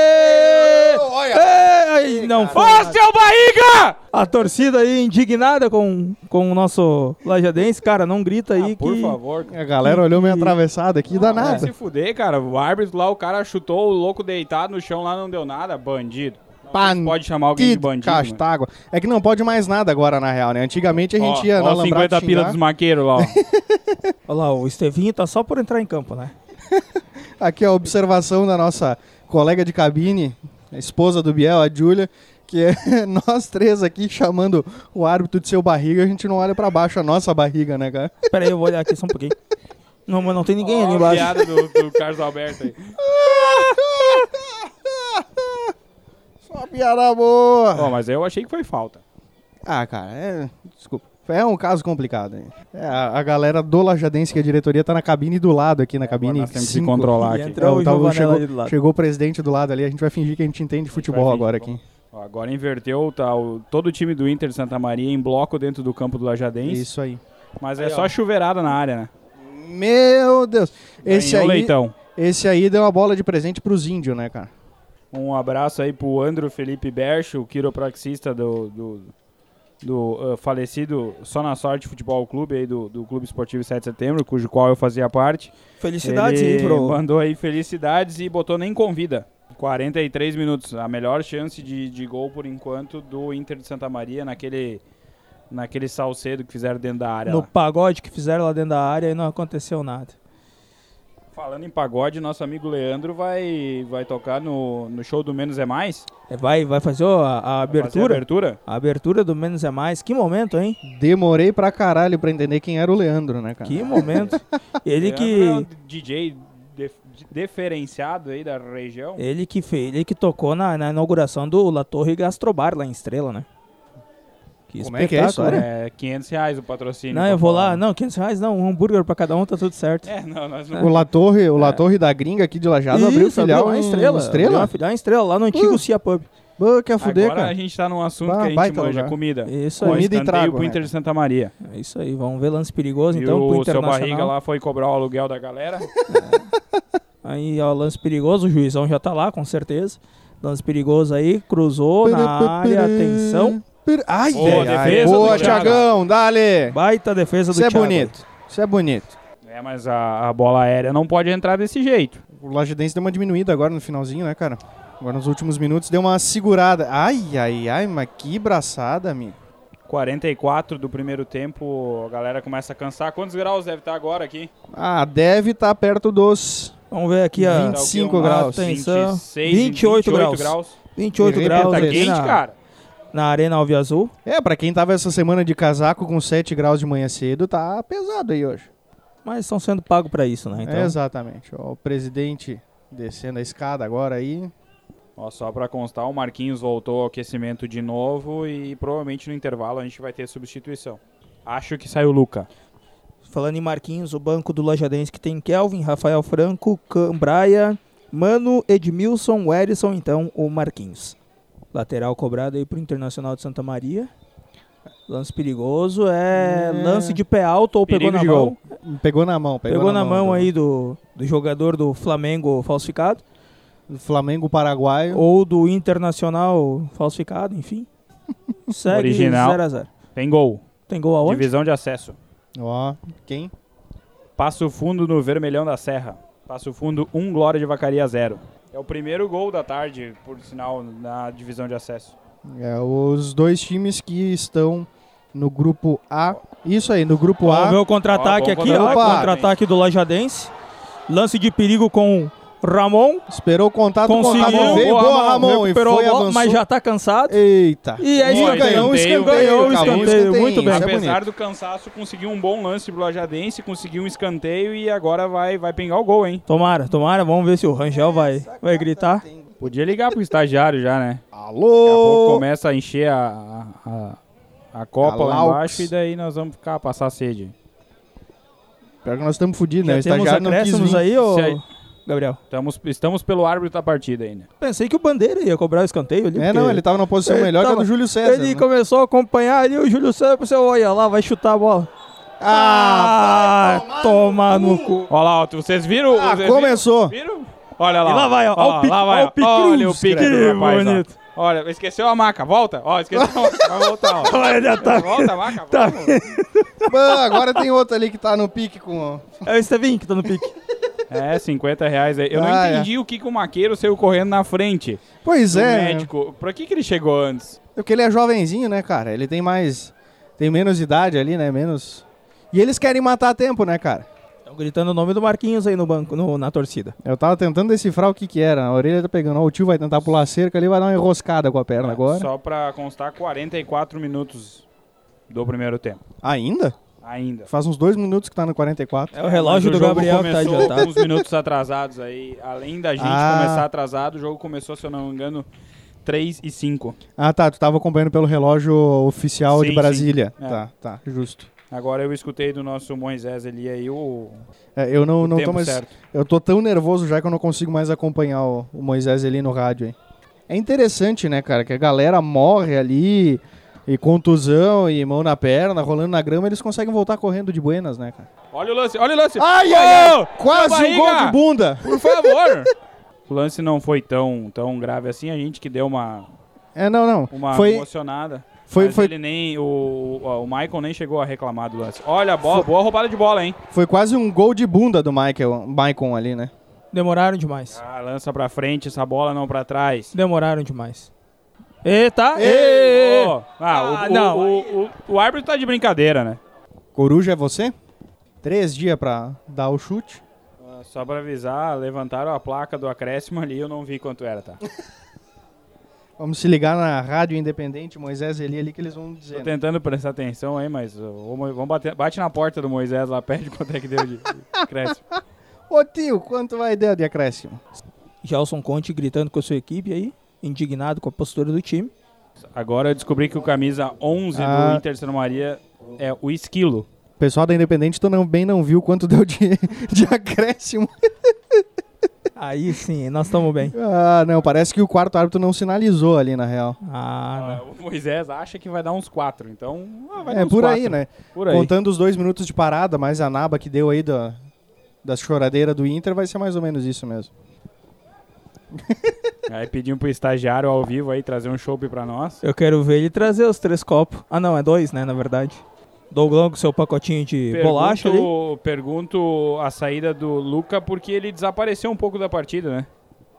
ei,
Olha.
ei, ei, não foi.
Ô, seu Barriga!
A torcida aí indignada com, com o nosso Lajadense, cara, não grita aí que...
Ah, Por favor, cara.
A galera olhou meio atravessada aqui, dá
Vai
nada.
se fuder, cara. O árbitro lá, o cara chutou o louco deitado no chão lá, não deu nada. Bandido. Não,
Bandido,
pode chamar alguém
Hum,
de bandido. mano.
tá,
Castágua. É que não pode mais nada agora, na real, né? Antigamente a gente ia na
Ó, ó,
Alambrada
50 pila
xingar.
dos maqueiros lá, ó.
Olha lá, o Estevinho tá só por entrar em campo, né?
Aqui é a observação da nossa colega de cabine, a esposa do Biel, a Júlia, que é nós três aqui chamando o árbitro de seu barriga, a gente não olha pra baixo a nossa barriga, né, cara?
Pera aí, eu vou olhar aqui só um pouquinho. Não, mas não tem ninguém
Ó,
ali
a
embaixo.
piada do, do Carlos Alberto aí.
Só piada boa!
Ó, mas eu achei que foi falta.
Ah, cara, é... desculpa. É um caso complicado, hein? É, a a galera do Lajadense, que a diretoria tá na cabine do lado aqui, na cabine
É, nós temos que se
cinco.
controlar
E
aqui.
entra- Entrou
É,
o
tá,
Giovanella
chegou,
ali do lado.
chegou o presidente do lado ali, a gente vai fingir que a gente entende futebol
fingir,
agora
vamos.
aqui.
Ó, agora inverteu, tá o, todo o time do Inter de Santa Maria em bloco dentro do campo do Lajadense.
Isso aí.
Mas é
Aí,
só
ó.
chuveirada na área, né?
Meu Deus. Esse
Ganhou
aí,
o leitão.
esse aí deu uma bola de presente pros índios, né, cara?
Um abraço aí pro Andro Felipe Bercho, o quiropraxista do, do, do uh, falecido Só na Sorte Futebol Clube, aí do, do Clube Esportivo 7 de Setembro, cujo qual eu fazia parte.
Felicidades
Ele
aí pro.
Mandou aí felicidades e botou nem convida. 43 minutos, a melhor chance de, de gol por enquanto do Inter de Santa Maria naquele naquele salcedo que fizeram dentro da área.
No
lá.
pagode que fizeram lá dentro da área e não aconteceu nada.
Falando em pagode, nosso amigo Leandro vai vai tocar no, no show do Menos é Mais.
É, Vai, vai fazer ó, a,
Vai
a
fazer a
abertura?
abertura?
A abertura do Menos é Mais. Que momento, hein?
Demorei pra caralho pra entender quem era o Leandro, né, cara?
Que momento. Ele
Leandro
que.
é um DJ dif- diferenciado aí da região.
Ele que fez, ele que tocou na, na inauguração do La Torre Gastrobar lá em Estrela, né? Que
Como é que é isso,
espetáculo, né?
É, 500 reais o patrocínio.
Não,
pra
eu vou
falar. né?
lá. Não, 500 reais não, um hambúrguer pra cada um, tá tudo certo.
É, não, nós não
O La Torre,
É.
o La Torre da gringa aqui de Lajado abriu
Isso,
filial
lá
em
em Estrela. abriu uma
Estrela?
filial em Estrela, lá no antigo
Uh.
Cia Pub.
Pô, quer fuder,
Agora
cara.
a gente tá num assunto
Bah,
que a gente
baita
manja,
lugar.
comida.
Isso
Ó,
aí.
Comida e
escanteio
trago,
pro
né,
Inter
cara?
de Santa Maria.
É isso aí, vamos ver lance perigoso
e
então pro
o seu barriga
Internacional.
lá foi cobrar o aluguel da galera.
Aí, ó, lance perigoso, o juizão já tá lá, com certeza. Lance perigoso aí, cruzou na área, atenção.
Pir- Ai,
Boa
ai, ai.
defesa do
Boa,
Thiago.
Thiagão, dale.
Baita defesa do
Isso é
Thiago.
bonito. Isso é bonito.
é, mas a, a bola aérea não pode entrar desse jeito.
O Lajedense deu uma diminuída agora no finalzinho, né, cara? Agora nos últimos minutos deu uma segurada. Ai, ai, ai, mas que braçada, amigo.
44 do primeiro tempo, a galera começa a cansar. Quantos graus deve estar agora aqui?
Ah, deve estar perto dos.
Vamos ver aqui a
20. 25
Tá o quê?
graus.
Atenção.
26,
28 graus. 28
Errei,
graus
Tá
Talvez.
quente,
ali na,
cara.
na Arena Alve Azul.
É, pra quem tava essa semana de casaco com 7 graus de manhã cedo, tá pesado aí hoje.
Mas estão sendo pagos pra isso, né? Então,
É, exatamente. Ó, o presidente descendo a escada agora aí.
Ó, só pra constar, o Marquinhos voltou ao aquecimento de novo e provavelmente no intervalo a gente vai ter substituição. Acho que saiu o Luca.
Falando em Marquinhos, o banco do Lajadense que tem Kelvin, Rafael Franco, Cambraia, Mano, Edmilson, Werison, então o Marquinhos. Lateral cobrado aí pro Internacional de Santa Maria. Lance perigoso,
É.
é, lance de pé alto ou pegou
Perigo
na
de
mão.
gol.
Pegou na mão, pegou,
Pegou, na mão,
pegou.
aí do, do jogador do Flamengo falsificado
Do Flamengo paraguaio.
ou do Internacional falsificado, enfim. Segue
Original.
0x0.
Tem gol.
Tem gol aonde?
Divisão de acesso.
Ó, quem?
Passo Fundo no Vermelhão da Serra. Passo Fundo 1, Glória de Vacaria 0. É o primeiro gol da tarde, por sinal, na divisão de acesso.
É, os dois times que estão no grupo A. Isso aí, no grupo
Vamos ver
A.
o contra-ataque
Ó, bom
aqui, ó.
contra-ataque.
Contra-ataque do Lajadense. Lance de perigo com o Ramon.
Esperou o contato
Conseguiu.
com o Tá Ramon. Veio,
Boa,
boa, Ramon. e
recuperou
foi
a bola,
avançou.
mas já tá cansado.
Eita.
E é
escanteio.
ganhou um escanteio.
Ganhou um
acabou
escanteio, muito
Isso
bem.
é
Apesar
bonito.
do cansaço, conseguiu um bom lance pro Lajadense, conseguiu um escanteio e agora vai, vai pingar o gol, hein?
Tomara, tomara. Vamos ver se o Rangel vai, vai gritar.
Podia ligar pro estagiário já, né? Daqui a pouco
Alô!
começa a encher a, a, a, a copa
A
lá
Laux.
embaixo e daí nós vamos ficar, passar sede.
Pior que nós estamos fodidos, né?
Já
O
temos
estagiário não quis
acréscimos
vir.
aí, ô
Se aí-
Gabriel?
Estamos, estamos pelo árbitro da partida né? ainda.
Pensei que o Bandeira ia cobrar o escanteio ali.
É, não,
porque
ele tava numa posição
Ele
melhor que a
tava-
do Júlio César.
ele
né?
começou a acompanhar ali o Júlio César. Pensei, olha lá, vai chutar a bola.
Ah,
Ah, toma no cu.
Olha lá, ó, vocês viram?
Ah,
vocês viram?
começou.
Viram? Olha lá.
E lá vai, ó. Ó o
lá,
pique,
lá vai,
ó o
ó.
pique
Olha o
cruz,
pique
cara.
do rapaz, ó.
Bonito.
Olha, esqueceu a maca. Volta. Ó, esqueceu a maca. Vai voltar, ó.
Olha, já tá.
Volta a maca.
Tá.
vamos.
Ah, agora tem outro ali que tá no pique com.
É o Estevinho que tá no pique.
É, 50 reais aí. Eu não
Ah, é.
entendi o que, que o maqueiro saiu correndo na frente
Pois
do
é. né?
médico. Pra que, que ele chegou antes?
Porque ele é jovenzinho, né, cara? Ele tem mais. Tem menos idade ali, né? Menos. E eles querem matar tempo, né, cara?
Estão gritando o nome do Marquinhos aí no banco, no- na torcida.
Eu tava tentando decifrar o que que era. A orelha tá pegando. Ó, o tio vai tentar pular a cerca ali, vai dar uma enroscada com a perna agora.
Ah, Só pra constar, 44 minutos do primeiro tempo.
Ainda?
Ainda.
Faz uns dois minutos que tá no 44.
É o relógio
Mas
do
o jogo
Gabriel que tá
começou
adiantado.
Uns minutos atrasados aí. Além da gente
Ah.
começar atrasado, o jogo começou, se eu não me engano, 3 e 5.
Ah, tá. Tu tava acompanhando pelo relógio oficial
Sim,
de Brasília.
sim. É.
Tá, tá. Justo.
Agora eu escutei do nosso Moisés ali aí o
É, eu não, não
tempo
tô mais.
certo.
Eu tô tão nervoso já que eu não consigo mais acompanhar o, o Moisés ali no rádio, hein? É interessante, né, cara, que a galera morre ali, e contusão, e mão na perna, rolando na grama, eles conseguem voltar correndo de buenas, né, cara?
Olha o lance, olha o lance.
Ai,
ai, ai!
Quase
Sua
um gol
barriga!
de bunda!
Por favor. o lance não foi tão, tão grave assim, a gente que deu uma,
É, não, não.
uma
Foi,
emocionada.
Foi,
mas
foi,
ele nem. O, o Michael nem chegou a reclamar do lance. Olha a bola, boa roubada de bola, hein?
foi quase um gol de bunda do Michael, Maicon ali, né?
Demoraram demais.
Ah, lança pra frente, essa bola não pra trás.
Demoraram demais. Eita!
Ei,
Ê,
ô. Ah,
Ah,
o,
não.
O, o, o- o árbitro tá de brincadeira, né?
Coruja é você? Três dias pra dar o chute.
Ah, Só pra avisar, levantaram a placa do acréscimo ali, eu não vi quanto era, tá?
Vamos se ligar na Rádio Independente Moisés Eli ali que eles vão
Tô
dizer. né?
tentando prestar atenção aí, mas ó, ô, Mo- vamos bater, bate na porta do Moisés lá, pede quanto é que deu de acréscimo.
Ô tio, quanto vai dar de acréscimo?
Gelson Conte gritando com a sua equipe aí, indignado com a postura do time.
Agora eu descobri que o camisa 11
Ah.
do Inter Santa Maria é o esquilo.
O pessoal da Independente tu não, bem não viu quanto deu de, de acréscimo.
Aí sim, nós estamos bem.
Ah, não, parece que o quarto árbitro não sinalizou ali, na real.
Ah,
Ah, o Moisés acha que vai dar uns 4, então ah, vai dar
é
uns
por aí,
quatro.
né?
Por aí.
Contando os dois minutos de parada, mais a naba que deu aí da, da choradeira do Inter, vai ser mais ou menos isso mesmo.
Aí pedimos pro estagiário ao vivo aí trazer um chopp pra nós.
não. Eu quero ver ele trazer os três copos. Ah, não, é dois, né, na verdade. Douglão com seu pacotinho de bolacha ali.
pergunto a saída do Luca porque ele desapareceu um pouco da partida, né?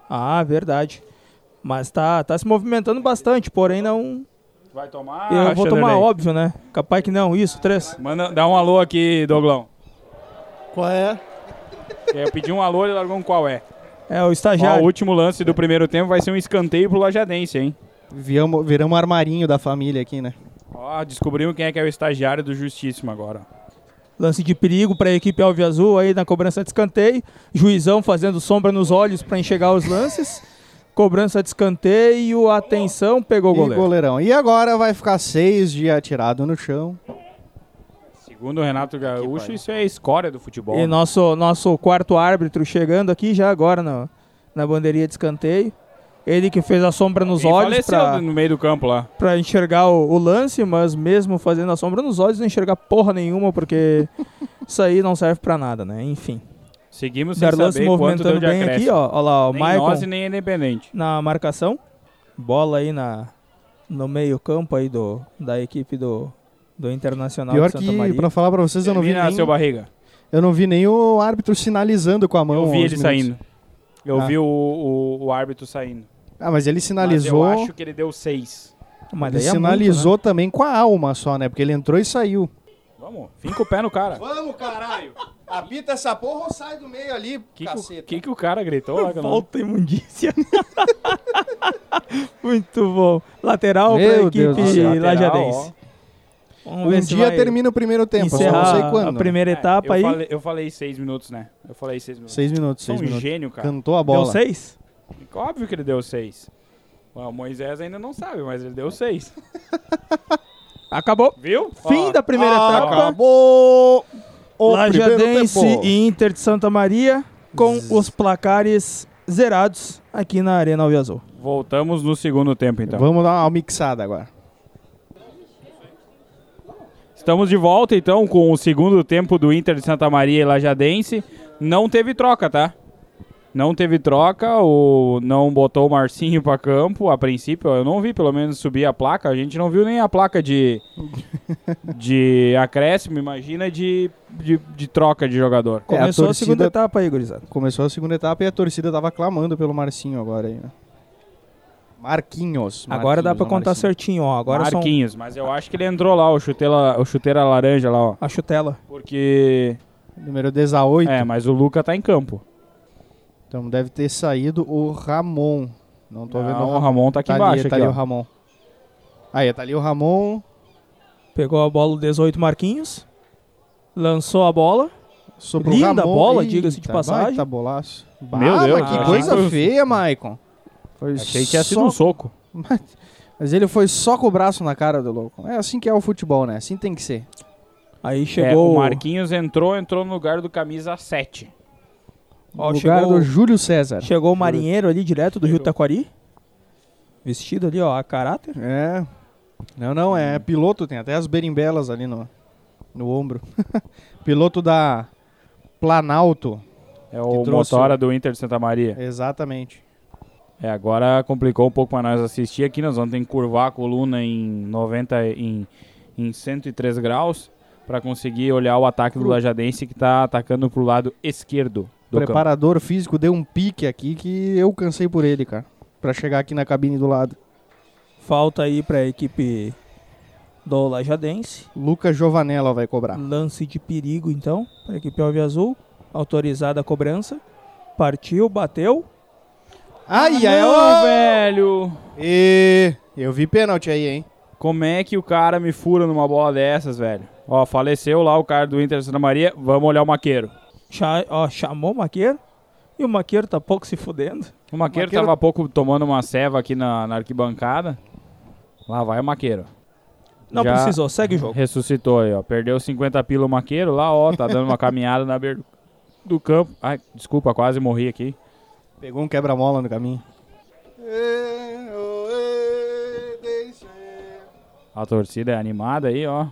Ah, verdade. Mas tá, tá se movimentando bastante, porém não.
Vai tomar.
eu vou
Vanderlei?
tomar óbvio, né? Capaz que não, isso, três.
Manda, dá um alô aqui, Doglão.
Qual é?
É, Eu pedi um alô, ele largou um qual é.
É, o
Já... o
estagiário.
último lance do primeiro tempo vai ser um escanteio pro Lajadense, hein?
Viamo- viramos armarinho da família aqui, né?
Ó, descobrimos quem é que é o estagiário do Justíssimo agora.
Lance de perigo pra equipe alviazul aí na cobrança de escanteio. Juizão fazendo sombra nos olhos pra enxergar os lances. Cobrança de escanteio, atenção, pegou o
E
goleiro.
goleirão. E agora vai ficar seis de atirado no chão.
Segundo o Renato Gaúcho, isso é a escória do futebol.
E
né?
nosso, nosso quarto árbitro chegando aqui já agora na, na bandeirinha de escanteio. Ele que fez a sombra nos
Ele
olhos
faleceu
pra,
no meio do campo lá.
pra enxergar o, o lance, mas mesmo fazendo a sombra nos olhos, não enxergar porra nenhuma, porque isso aí não serve pra nada, né? Enfim.
Seguimos sem
Darlan se
saber quanto deu de
movimentando bem aqui,
acréscimo.
ó. Olha lá, o
Nem
Maicon
nós e nem independente.
na marcação. Bola aí na, no meio-campo aí do, da equipe do, do Internacional
Pior
de Santa
que,
Maria.
pra falar pra vocês, eu não, vi
Termina, seu
nem,
barriga.
eu não vi nem o árbitro sinalizando com a mão.
Eu vi
os
ele
minutos.
saindo. Eu
Ah.
vi o, o, o árbitro saindo.
Ah, mas ele
Mas
sinalizou.
eu acho que ele deu seis.
Mas
ele
daí é muito,
sinalizou também com a alma só, né? Porque ele entrou e saiu.
Vamos, finca o pé no cara.
Vamos, caralho! Apita essa porra ou sai do meio ali,
O que, que, o- que que o cara gritou lá? que eu não-
Falta imundícia. Muito bom. Lateral pra
Meu
equipe
Deus do céu.
Lateral,
lajadense. Vamos
Um
ver se
dia
vai
termina o primeiro tempo, eu só não
encerrar
sei quando. né?
a primeira
É,
etapa
eu
aí.
Falei, eu falei seis minutos, né? Eu falei seis minutos.
Seis minutos,
Você é
seis
um
minutos.
gênio, cara.
Cantou a
Deu
bola.
seis?
Óbvio que ele deu seis. Ó, O Moisés ainda não sabe, mas ele deu seis.
Acabou.
Viu?
Fim
Ó,
da primeira etapa.
ah, Acabou o
Lajadense
primeiro tempo.
e Inter de Santa Maria com os placares zerados aqui na Arena Alviazul.
Voltamos no segundo tempo, então.
Vamos dar uma mixada agora.
Estamos de volta, então, com o segundo tempo do Inter de Santa Maria e Lajadense. Não teve troca, tá? Não teve troca, o... não botou o Marcinho pra campo, a princípio. Eu não vi, pelo menos, subir a placa. A gente não viu nem a placa de, de acréscimo, imagina de, de, de troca de jogador.
É, a
Começou a,
torcida-
segunda etapa aí, gurizada.
Começou a segunda etapa e a torcida tava clamando pelo Marcinho agora aí, né? Marquinhos.
Agora dá
Marquinhos,
pra
não
contar
Marcinho.
certinho, ó. Agora são
Marquinhos, mas eu acho que ele entrou lá, o chuteira, o chuteira laranja lá, ó.
a chutela.
Porque.
Número 18.
É, mas o Luca tá em campo.
Então deve ter saído o Ramon. Não tô vendo
Não,
o
o
Ramon.
Ramon tá aqui
tá
embaixo.
ali, tá
aqui,
ali
ó.
o Ramon. Aí, tá ali o Ramon.
Pegou a bola o 18 Marquinhos. Lançou a bola.
Sobrou
Linda
o Ramon.
bola, diga-se de
Eita,
passagem.
baita bolaço.
Meu
Bah,
Deus,
mas que
ah,
coisa
achei-
feia, Maicon. Foi
Achei que ia ser
só-
um soco.
Mas ele foi só com o braço na cara do louco. É assim que é o futebol, né? Assim tem que ser.
Aí
É,
chegou
o Marquinhos entrou, entrou no lugar do camisa 7.
Ó,
no lugar
chegou-
do Júlio César.
Chegou o marinheiro ali direto do Rio
Chegou.
Taquari. Vestido ali, ó, a caráter.
É. Não, não, é piloto, tem até as berimbelas ali no, no ombro. piloto da Planalto.
É o
trouxe
motora do Inter de Santa Maria.
Exatamente.
É, agora complicou um pouco para nós assistir aqui. Nós vamos ter que curvar a coluna em 90 em, em 103 graus para conseguir olhar o ataque do Lajadense que tá atacando pro lado esquerdo do campo.
preparador físico deu um pique aqui que eu cansei por ele, cara. Pra chegar aqui na cabine do lado.
Falta aí pra equipe do Lajadense.
Lucas Giovanella vai cobrar.
Lance de perigo, então, pra equipe Alve Azul. Autorizada a cobrança. Partiu, bateu.
Ai, ai,
Não,
ô,
velho!
E eu vi pênalti aí, hein?
Como é que o cara me fura numa bola dessas, velho? Ó, faleceu lá o cara do Inter de Santa Maria. Vamos olhar o Maqueiro.
Cha- ó, chamou o Maqueiro. E o Maqueiro tá pouco se fudendo.
O Maqueiro,
Maqueiro-
tava há pouco tomando uma ceva aqui na, na arquibancada. Lá vai o Maqueiro.
Não
Já-
precisou, segue o jogo.
Ressuscitou aí, ó. Perdeu 50 pila o Maqueiro lá, ó. Tá dando uma caminhada na beira do campo. Ai, desculpa, quase morri aqui.
Pegou um quebra-mola no caminho.
A torcida é animada aí, ó.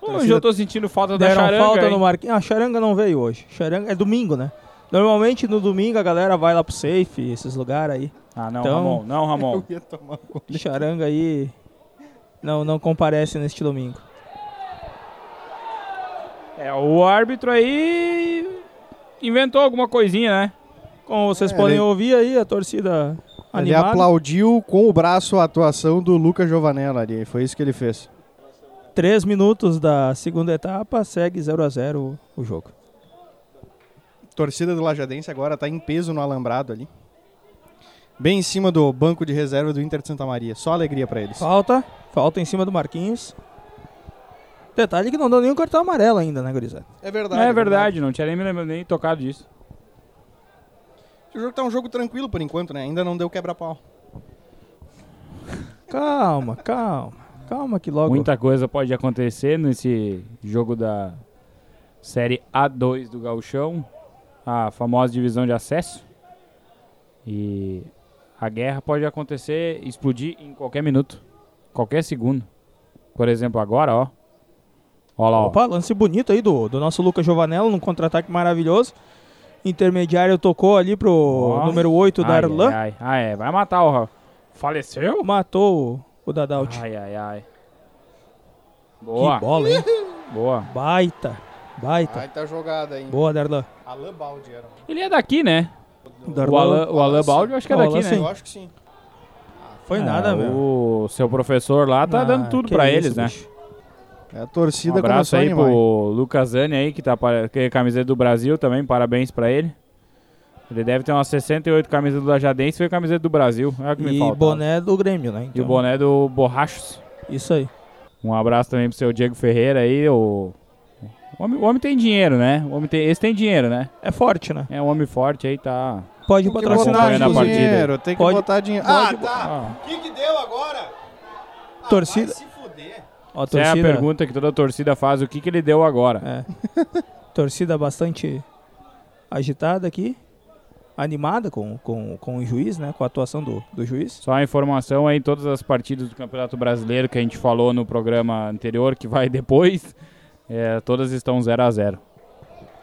Hoje
torcida-
eu tô sentindo falta da
Deram
charanga,
falta
hein?
no Marquinhos. Ah, Charanga não veio hoje. Charanga é domingo, né? Normalmente no domingo a galera vai lá pro safe, esses lugares aí.
Ah, não,
Então-
Ramon. Não, Ramon.
Eu ia tomar gol.
Charanga aí não, não comparece neste domingo.
É, o árbitro aí inventou alguma coisinha, né?
Como vocês
É,
podem
ele-
ouvir aí, a torcida
Ele
animada.
aplaudiu com o braço a atuação do Lucas Giovanella ali. Foi isso que ele fez.
Três minutos da segunda etapa, segue 0 a 0 o jogo.
Torcida do Lajadense agora tá em peso no alambrado ali. Bem em cima do banco de reserva do Inter de Santa Maria. Só alegria pra eles.
Falta, falta em cima do Marquinhos. Detalhe que não deu nenhum cartão amarelo ainda, né, gurizada?
É verdade.
É verdade, não tinha nem, me lembrado- nem tocado disso.
O jogo tá um jogo tranquilo por enquanto, né? Ainda não deu quebra-pau.
Calma, calma. Calma que logo...
Muita coisa pode acontecer nesse jogo da Série A2 do Gauchão, a famosa divisão de acesso. E a guerra pode acontecer, explodir em qualquer minuto, qualquer segundo. Por exemplo, agora, ó. Ó lá, ó.
Opa, lance bonito aí do, do nosso Lucas Giovanello, num contra-ataque maravilhoso. Intermediário tocou ali pro
Ó.
número 8 da
Ai,
Arlan.
ai, ai. Ah, é, vai matar o Ra- Faleceu?
Matou o, o Dadalt.
Ai, ai, ai. Boa,
que bola, hein?
boa.
Baita, baita.
tá jogada, hein?
Boa, Darlan.
Alain Baldi era. um.
Ele é daqui, né? O
Darlan
Alan, o Alan Baldi, eu acho que é
O Alan,
daqui, né?
sim. Eu
acho que sim.
foi
É,
Ah, nada, meu.
O seu professor lá tá
Ah,
dando tudo
que
pra
isso,
eles, né?
bicho.
É, A
Um
torcida
abraço
começou a
aí
animar. hein?
pro tá Lucasani aí, que tá para- que é camiseta do Brasil também, parabéns pra ele. Ele deve ter umas 68 camisetas da Jadense e camiseta do Brasil, é o que me
E
falta.
boné do Grêmio,
E
né?
o
então.
boné do Borrachos.
Isso aí.
Um abraço também pro seu Diego Ferreira aí, o... O homem, o homem tem dinheiro, né? O homem tem, esse tem dinheiro, né?
É forte, né?
É um homem forte aí, tá...
Pode
Tem que
patrocinar.
acompanhando
botar
a
inclusive.
partida.
dinheiro, tem que
Pode-
botar dinheiro.
pode
tá.
Ah,
O que que deu agora? Ah,
Torcida-
vai se fuder.
Ó,
essa é a
torcida,
pergunta que toda torcida faz, o que que ele deu agora?
é. torcida bastante agitada aqui. Animada com, com, com o juiz, né? Com a atuação do, do juiz.
Só a informação aí, todas as partidas do Campeonato Brasileiro que a gente falou no programa anterior, que vai depois, é, todas estão 0 a 0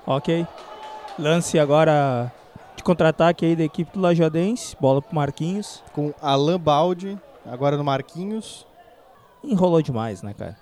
Ok. Lance agora de contra-ataque aí da equipe do Lajadense. Bola pro Marquinhos.
Com Alain Baldi, agora no Marquinhos.
Enrolou demais, né, cara?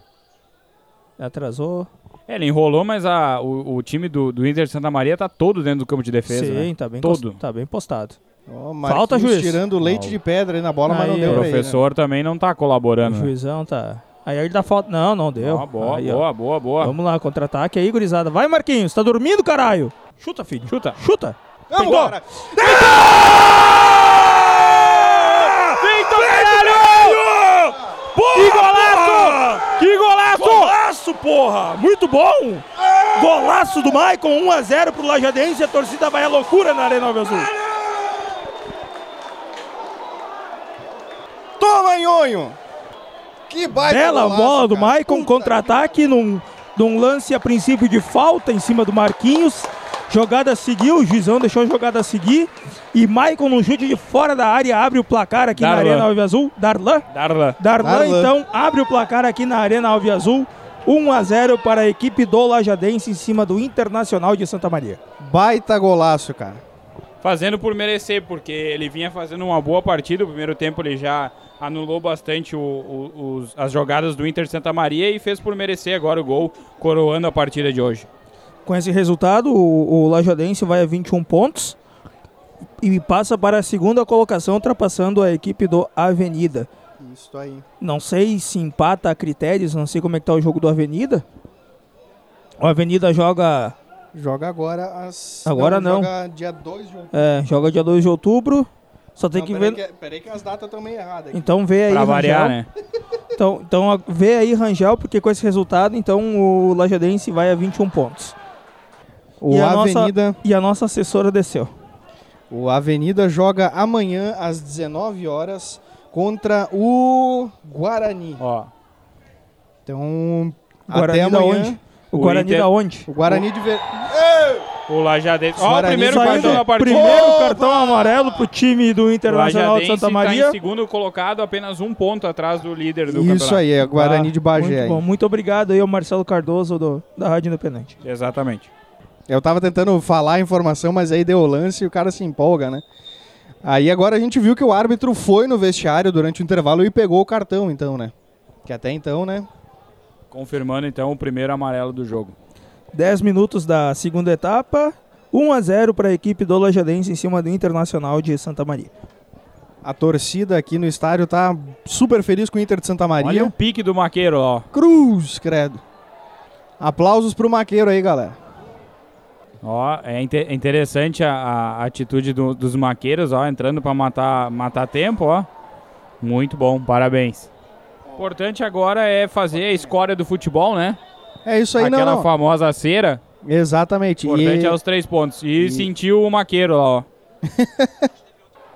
Atrasou.
É, ele enrolou, mas a, o, o time do, do Inter de Santa Maria tá todo dentro do campo de defesa,
Sim,
né?
tá bem,
Todo.
cos- tá bem postado.
Ó,
Falta,
Marquinhos
juiz.
tirando leite
Não.
de pedra aí na bola, mas não
Aí,
deu
O
pra ele, né?
professor também não tá
O
colaborando. né?
juizão tá. Aí ele dá falta. Não, não deu.
Ah, boa,
Aí, ó.
boa, boa, boa.
Vamos lá, contra-ataque aí, gurizada. Vai, Marquinhos. Tá dormindo, caralho? Chuta, filho.
Chuta.
Chuta.
Vamos,
Pegou.
cara.
Vitor Caralho! Que golaço! Que golaço!
Golaço, porra! Muito bom! Golaço do Maicon, 1x0 pro Lajadense. A torcida vai à loucura na Arena Alves Azul.
Toma, Nhonho! Que baita
Bela
golaço,
bola do
cara.
Maicon,
Puta
contra-ataque num, num lance a princípio de falta em cima do Marquinhos. Jogada seguiu, o Juizão deixou a jogada seguir. E Maicon, no chute de fora da área, abre o placar aqui
Darlan.
na Arena Alve Azul. Darlan.
Darlan.
Darlan,
Darlan.
então, abre o placar aqui na Arena Alve Azul. 1 a 0 para a equipe do Lajadense em cima do Internacional de Santa Maria.
Baita golaço, cara.
fazendo por merecer, porque ele vinha fazendo uma boa partida. O primeiro tempo ele já anulou bastante o- o- os- as jogadas do Inter de Santa Maria e fez por merecer agora o gol, coroando a partida de hoje.
Com esse resultado, o, o Lajadense vai a 21 pontos e passa para a segunda colocação, ultrapassando a equipe do Avenida.
Isso aí.
Não sei se empata a critérios, não sei como é que tá o jogo do Avenida. O Avenida joga,
Joga agora às.
Agora não.
Joga dia 2 de outubro.
é, joga dia 2 de outubro, só tem
Não,
que
peraí
ver...
Peraí que é- as datas estão meio erradas. aqui.
Então vê aí,
Pra
Rangel.
variar, né?
Então, então a- vê aí, Rangel, porque com esse resultado, então o Lajadense vai a 21 pontos.
O
e, a nossa,
Avenida,
e a nossa assessora desceu.
o Avenida joga amanhã às 19 horas contra o Guarani.
Ó,
Então,
Guarani
até
da
amanhã.
onde? O,
O
Guarani
Inter-
da onde?
O Guarani de Ver...
o Lajadense. Ó, o
Guarani
primeiro
saiu
cartão
do-
da partida.
né? Primeiro cartão amarelo pro time do Internacional de
Lajadense
Santa
Tá
Maria.
em segundo colocado, apenas um ponto atrás do líder do
Isso
campeonato.
aí, é Guarani de Bagé.
Ah, Muito bom, muito obrigado aí ao Marcelo Cardoso do- da Rádio Independente.
Exatamente.
Eu tava tentando falar a informação, mas aí deu o lance e o cara se empolga, né? Aí agora a gente viu que o árbitro foi no vestiário durante o intervalo e pegou o cartão, então, né? Que até então, né?
Confirmando então o primeiro amarelo do jogo.
10 minutos da segunda etapa, 1 a 0 para a equipe do Lajadense em cima do Internacional de Santa Maria.
A torcida aqui no estádio tá super feliz com o Inter de Santa Maria.
Olha o pique do Maqueiro, ó.
Cruz, credo. Aplausos pro Maqueiro aí, galera.
Ó, é inte- é interessante a, a atitude do- dos maqueiros, ó, entrando pra matar, matar tempo, ó. Muito bom, parabéns. Importante agora é fazer a escória do futebol, né?
É isso aí,
Aquela
não, não.
famosa cera.
Exatamente.
Importante
E,
é os três pontos. E,
e-
sentiu o maqueiro lá, ó.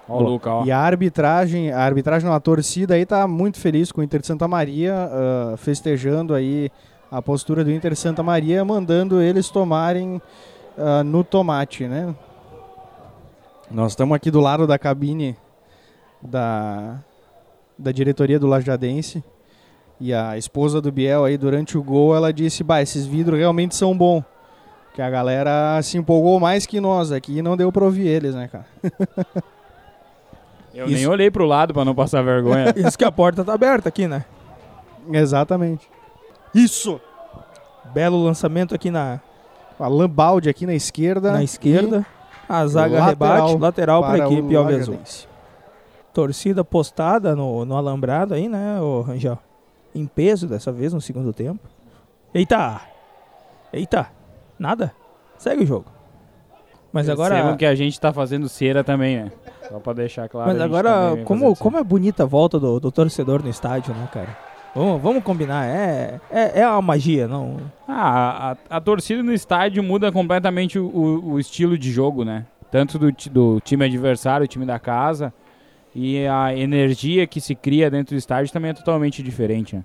ó o Luca, ó.
e a arbitragem, a arbitragem, não, a torcida aí tá muito feliz com o Inter de Santa Maria, ah, festejando aí a postura do Inter de Santa Maria, mandando eles tomarem ah, no tomate, né? Nós estamos aqui do lado da cabine da, da diretoria do Lajadense. E a esposa do Biel aí durante o gol, ela disse: "Bah, esses vidros realmente são bons". Que a galera se empolgou mais que nós aqui e não deu pra ouvir eles, né, cara?
Eu
isso-
nem olhei pro lado pra não passar vergonha.
Isso que a porta tá aberta aqui, né?
Exatamente. Isso.
Belo lançamento aqui na,
A Lambaldi aqui na esquerda.
na esquerda. A zaga
Lateral
rebate, lateral para a equipe
o
Alvezul.
Lajadense.
Torcida postada no, no alambrado aí, né, o Rangel? Em peso dessa vez, no segundo tempo. Eita! Eita! Nada. Segue o jogo. Mas agora,
Percebam que a gente tá fazendo cera também, né? Só pra deixar claro. a
mas
gente também
agora
vem
como,
fazendo cera.
como é bonita a volta do, do torcedor no estádio, né, cara? Vamos, vamos combinar, é, é, é uma magia, não.
Ah, a, a torcida no estádio muda completamente o, o- o estilo de jogo, né? Tanto do, ti- do time adversário, time da casa. E a energia que se cria dentro do estádio também é totalmente diferente, né?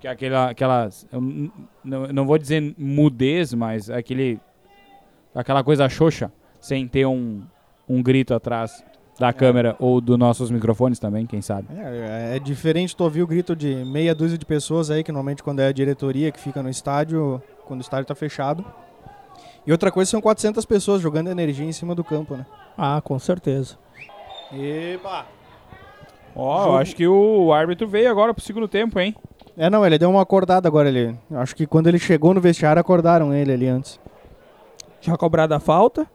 Que aquela, aquelas. eu n- Não, não vou dizer mudez, mas aquele. Aquela coisa xoxa, sem ter um, um grito atrás da câmera ou dos nossos microfones também, quem sabe.
É, é diferente tu ouvir o grito de meia dúzia de pessoas aí, que normalmente quando é a diretoria que fica no estádio, quando o estádio tá fechado. E outra coisa são 400 pessoas jogando energia em cima do campo, né?
Ah, com certeza.
Eba!
Ó, eu acho que o árbitro veio agora pro segundo tempo, hein?
É, não, ele deu uma acordada agora ali. Acho que quando ele chegou no vestiário, acordaram ele ali antes.
Já cobrada a falta.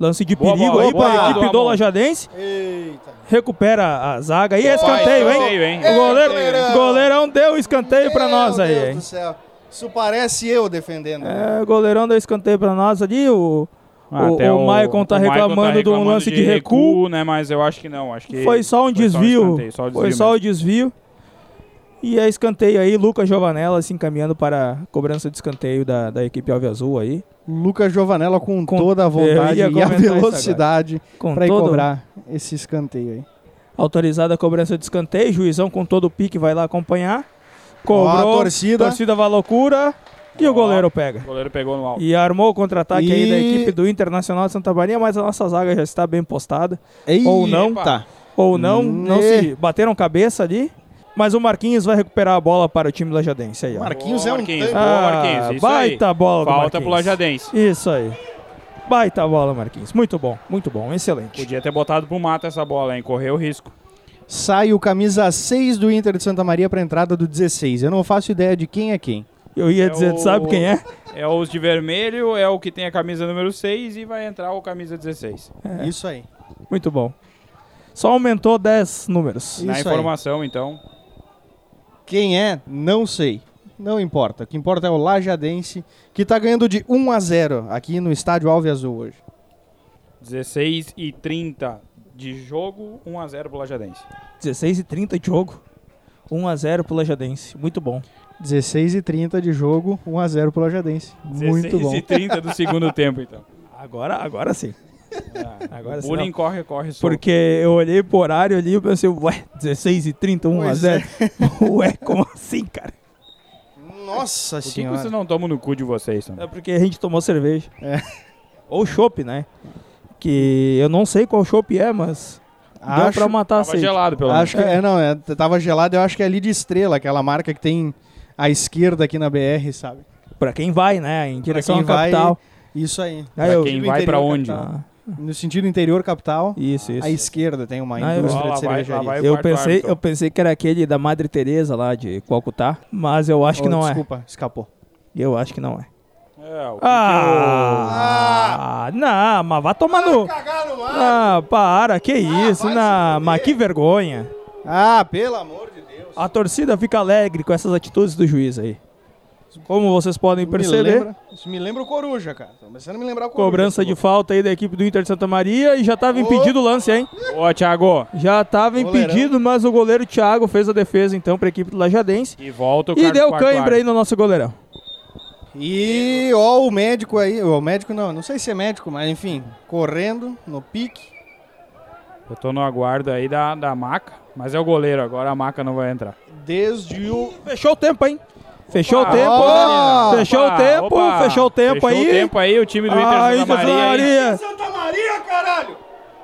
Lance de
Boa
perigo
bola,
aí
boa
para a
bola.
equipe do Lajadense.
Eita!
Recupera a zaga e escanteio, hein?
Escanteio, hein?
O goleiro,
goleirão.
goleirão deu um escanteio pra nós aí, hein?
céu. Isso parece eu defendendo. né?
É, o goleirão deu escanteio pra nós ali. O, O-
Até
o Maicon tá reclamando de um lance de recuo.
né? Mas eu acho que não. Acho que
foi
foi
só um
só um
desvio.
escanteio, só um
foi
desvio
só o desvio. E é escanteio aí, Lucas Giovanella se encaminhando para a cobrança de escanteio da, da equipe Alve Azul aí.
Lucas Giovanella com,
Com-
toda a
Eu
vontade
ia
e a
comentar isso agora.
velocidade
Com
pra ir
todo-
cobrar esse escanteio aí.
Autorizada a cobrança de escanteio, juizão com todo o pique vai lá acompanhar.
Ó,
Cobrou,
a
a
torcida.
torcida vai à loucura e
Ó.
o goleiro pega.
O goleiro pegou no alto.
E armou o contra-ataque aí da
E-
equipe do Internacional de Santa Maria, mas a nossa zaga já está bem postada.
Eita.
Ou não.
Epa.
Ou não, não
Né.
se bateram cabeça ali. Mas o Marquinhos vai recuperar a bola para o time lajadense aí, ó.
Marquinhos é um
Marquinhos.
tanque.
Boa, Marquinhos, isso aí.
baita bola do
Falta pro
Marquinhos.
Lajadense.
Isso aí. Baita bola, Marquinhos. Muito bom, muito bom, excelente.
Podia ter botado pro mato essa bola, hein? Correu o risco.
Sai o camisa 6 do Inter de Santa Maria pra entrada do 16. Eu não faço ideia de quem é quem.
Eu ia
É
dizer,
o-
tu sabe quem é?
É os de vermelho, é o que tem a camisa número 6 e vai entrar o camisa 16.
É.
Isso aí.
Muito bom. Só aumentou 10 números.
Na
Isso aí.
informação, então.
Quem é, não sei. Não importa. O que importa é o Lajadense, que tá ganhando de 1 a 0 aqui no estádio Alve Azul hoje.
16 e 30 de jogo, 1x0 pro Lajadense.
16 e 30 de jogo. 1 a 0 pro Lajadense. Muito bom.
16 e 30 de jogo, 1 a 0 pro Lajadense. Muito
16
bom.
e 30 do segundo tempo, então.
Agora, agora sim. Agora
o
sim,
bullying
não.
corre, corre, solto.
Porque eu olhei pro horário ali e pensei, ué, 16 e 30, 1 a
Pois é.
0 Ué, como assim, cara?
Nossa
Por que que
senhora.
vocês não tomam no cu de vocês, Sam?
É porque a gente tomou cerveja.
É.
Ou chopp, né? Que eu não sei qual chopp é, mas deu pra matar a
Tava
sede.
gelado, pelo menos.
Acho que, é, não, é, t- tava gelado, eu acho que é ali de estrela, aquela marca que tem à esquerda aqui na BR, sabe?
Pra quem vai, né? Em direção à
quem vai, tá.
capital.
Isso aí.
Aí
pra
Ah, eu-
quem
do
vai pra
interior,
onde?
Ah,
No sentido interior capital,
isso, isso.
à esquerda tem uma
Ah, eu-
indústria
Ó, lá vai, lá
de cervejaria.
vai.
eu
quarto
pensei,
árbitro.
eu pensei que era aquele da Madre Teresa lá de Calcutá, mas eu acho que
Oh,
não
Desculpa, escapou.
é. Eu acho que não é.
É, o que que
Ah, não, mas vá tomar no. Ah, para, que isso, não, mas que vergonha.
Ah, pelo amor de Deus.
A torcida fica alegre com essas atitudes do juiz aí. Como vocês podem
Me
perceber,
lembra, isso me lembra o Coruja, cara. Tô começando a me lembrar o Coruja.
cobrança de falta aí da equipe do Inter de Santa Maria e já estava impedido o lance, hein?
o- Ô, Thiago,
Já estava
Goleirão.
impedido, mas o goleiro Thiago fez a defesa então para a equipe do Lajadense
e volta o
e
quarto-
deu
quarto
cãibra aí
árbitro.
no nosso goleirão.
E ó o médico aí, ó, o médico não, não sei se é médico, mas enfim, correndo no pique.
Eu tô no aguardo aí da, da maca, mas é o goleiro, agora a maca não vai entrar.
Desde o
Fechou o tempo, hein? Fechou
Ah, Opa,
o tempo,
opa,
Ah, fechou o tempo,
opa.
fechou o tempo aí.
Fechou o tempo aí, o time do Inter
Aí,
Santa Maria. aí.
Santa Maria, caralho!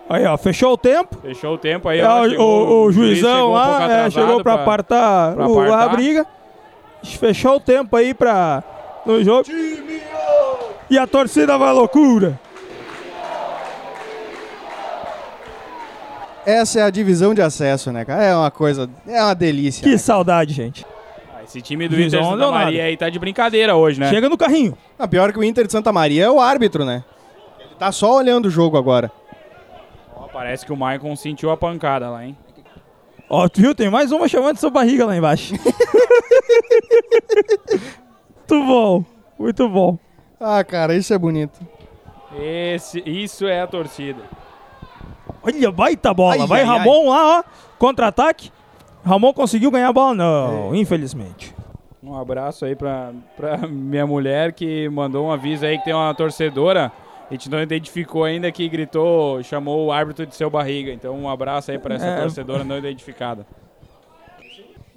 Aí, ó, fechou o tempo.
Fechou o tempo aí.
É,
ó,
o,
chegou
o- o
juiz
juizão
chegou um pouco
lá é,
atrasado
chegou pra apartar,
pra
o- a
apartar.
briga. Fechou o tempo aí pra, no jogo. E a torcida vai à loucura.
essa é a divisão de acesso, né, cara? É uma coisa, é uma delícia.
Que
né?
saudade, gente.
Ah, Esse time do
Juizão
Inter
não
Santa
deu nada.
Maria aí tá de brincadeira hoje, né?
Chega no carrinho.
Ah, pior que o Inter de Santa Maria é o árbitro, né? Ele tá só olhando o jogo agora.
Ó, parece que o Maicon sentiu a pancada lá, hein?
Ó, tu viu? Tem mais uma chamando sua barriga lá embaixo. muito bom, muito bom.
Ah, cara, isso é bonito.
Esse, isso é a torcida.
Olha, baita bola.
Ai,
Vai
ai,
Ramon lá, ó. Contra-ataque. Ramon conseguiu ganhar a bola? Não,
É.
infelizmente.
Um abraço aí pra, pra minha mulher que mandou um aviso aí que tem uma torcedora. A gente não identificou ainda que gritou, chamou o árbitro de seu barriga. Então um abraço aí pra essa
É.
torcedora não identificada.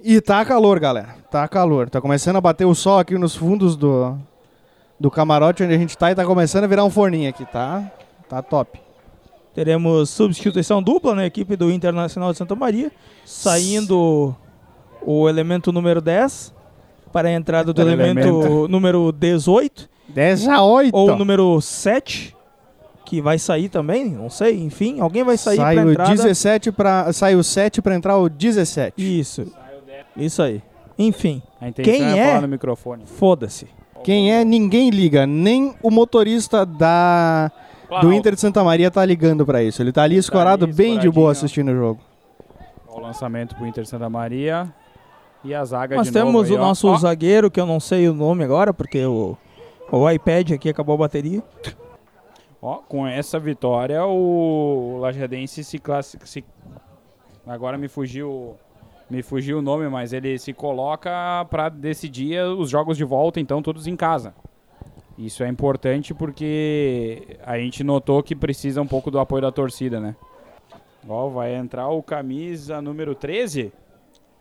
E tá calor, galera. Tá calor. Tá começando a bater o sol aqui nos fundos do, do camarote onde a gente tá e tá começando a virar um forninho aqui, tá? Tá top.
Teremos substituição dupla na equipe do Internacional de Santa Maria. Saindo o elemento número 10 para a entrada do elemento,
Elemento.
número 18
10 a 8.
ou número 7, que vai sair também, não sei, enfim, alguém vai sair
sai
para
o
entrada.
17 pra, sai o 7 pra entrar o 17.
Isso. Isso aí. Enfim,
A intenção
Quem
é
é?
falar no microfone.
foda-se.
Quem é, ninguém liga. Nem o motorista da, do
Planalto.
Inter de Santa Maria tá ligando pra isso. Ele tá ali escorado
ali,
bem de
escoradinho.
boa assistindo o jogo.
Ó, O lançamento pro Inter Santa Maria. E a zaga
Nós
de
temos
novo aí,
o
ó.
nosso
Ó,
zagueiro, que eu não sei o nome agora, porque o, o iPad aqui acabou a bateria.
Ó, com essa vitória, o Lajadense se classifica. Agora me fugiu. Me fugiu o nome, mas ele se coloca para decidir os jogos de volta, então todos em casa. Isso é importante porque a gente notou que precisa um pouco do apoio da torcida, né? Ó, vai entrar o camisa número 13.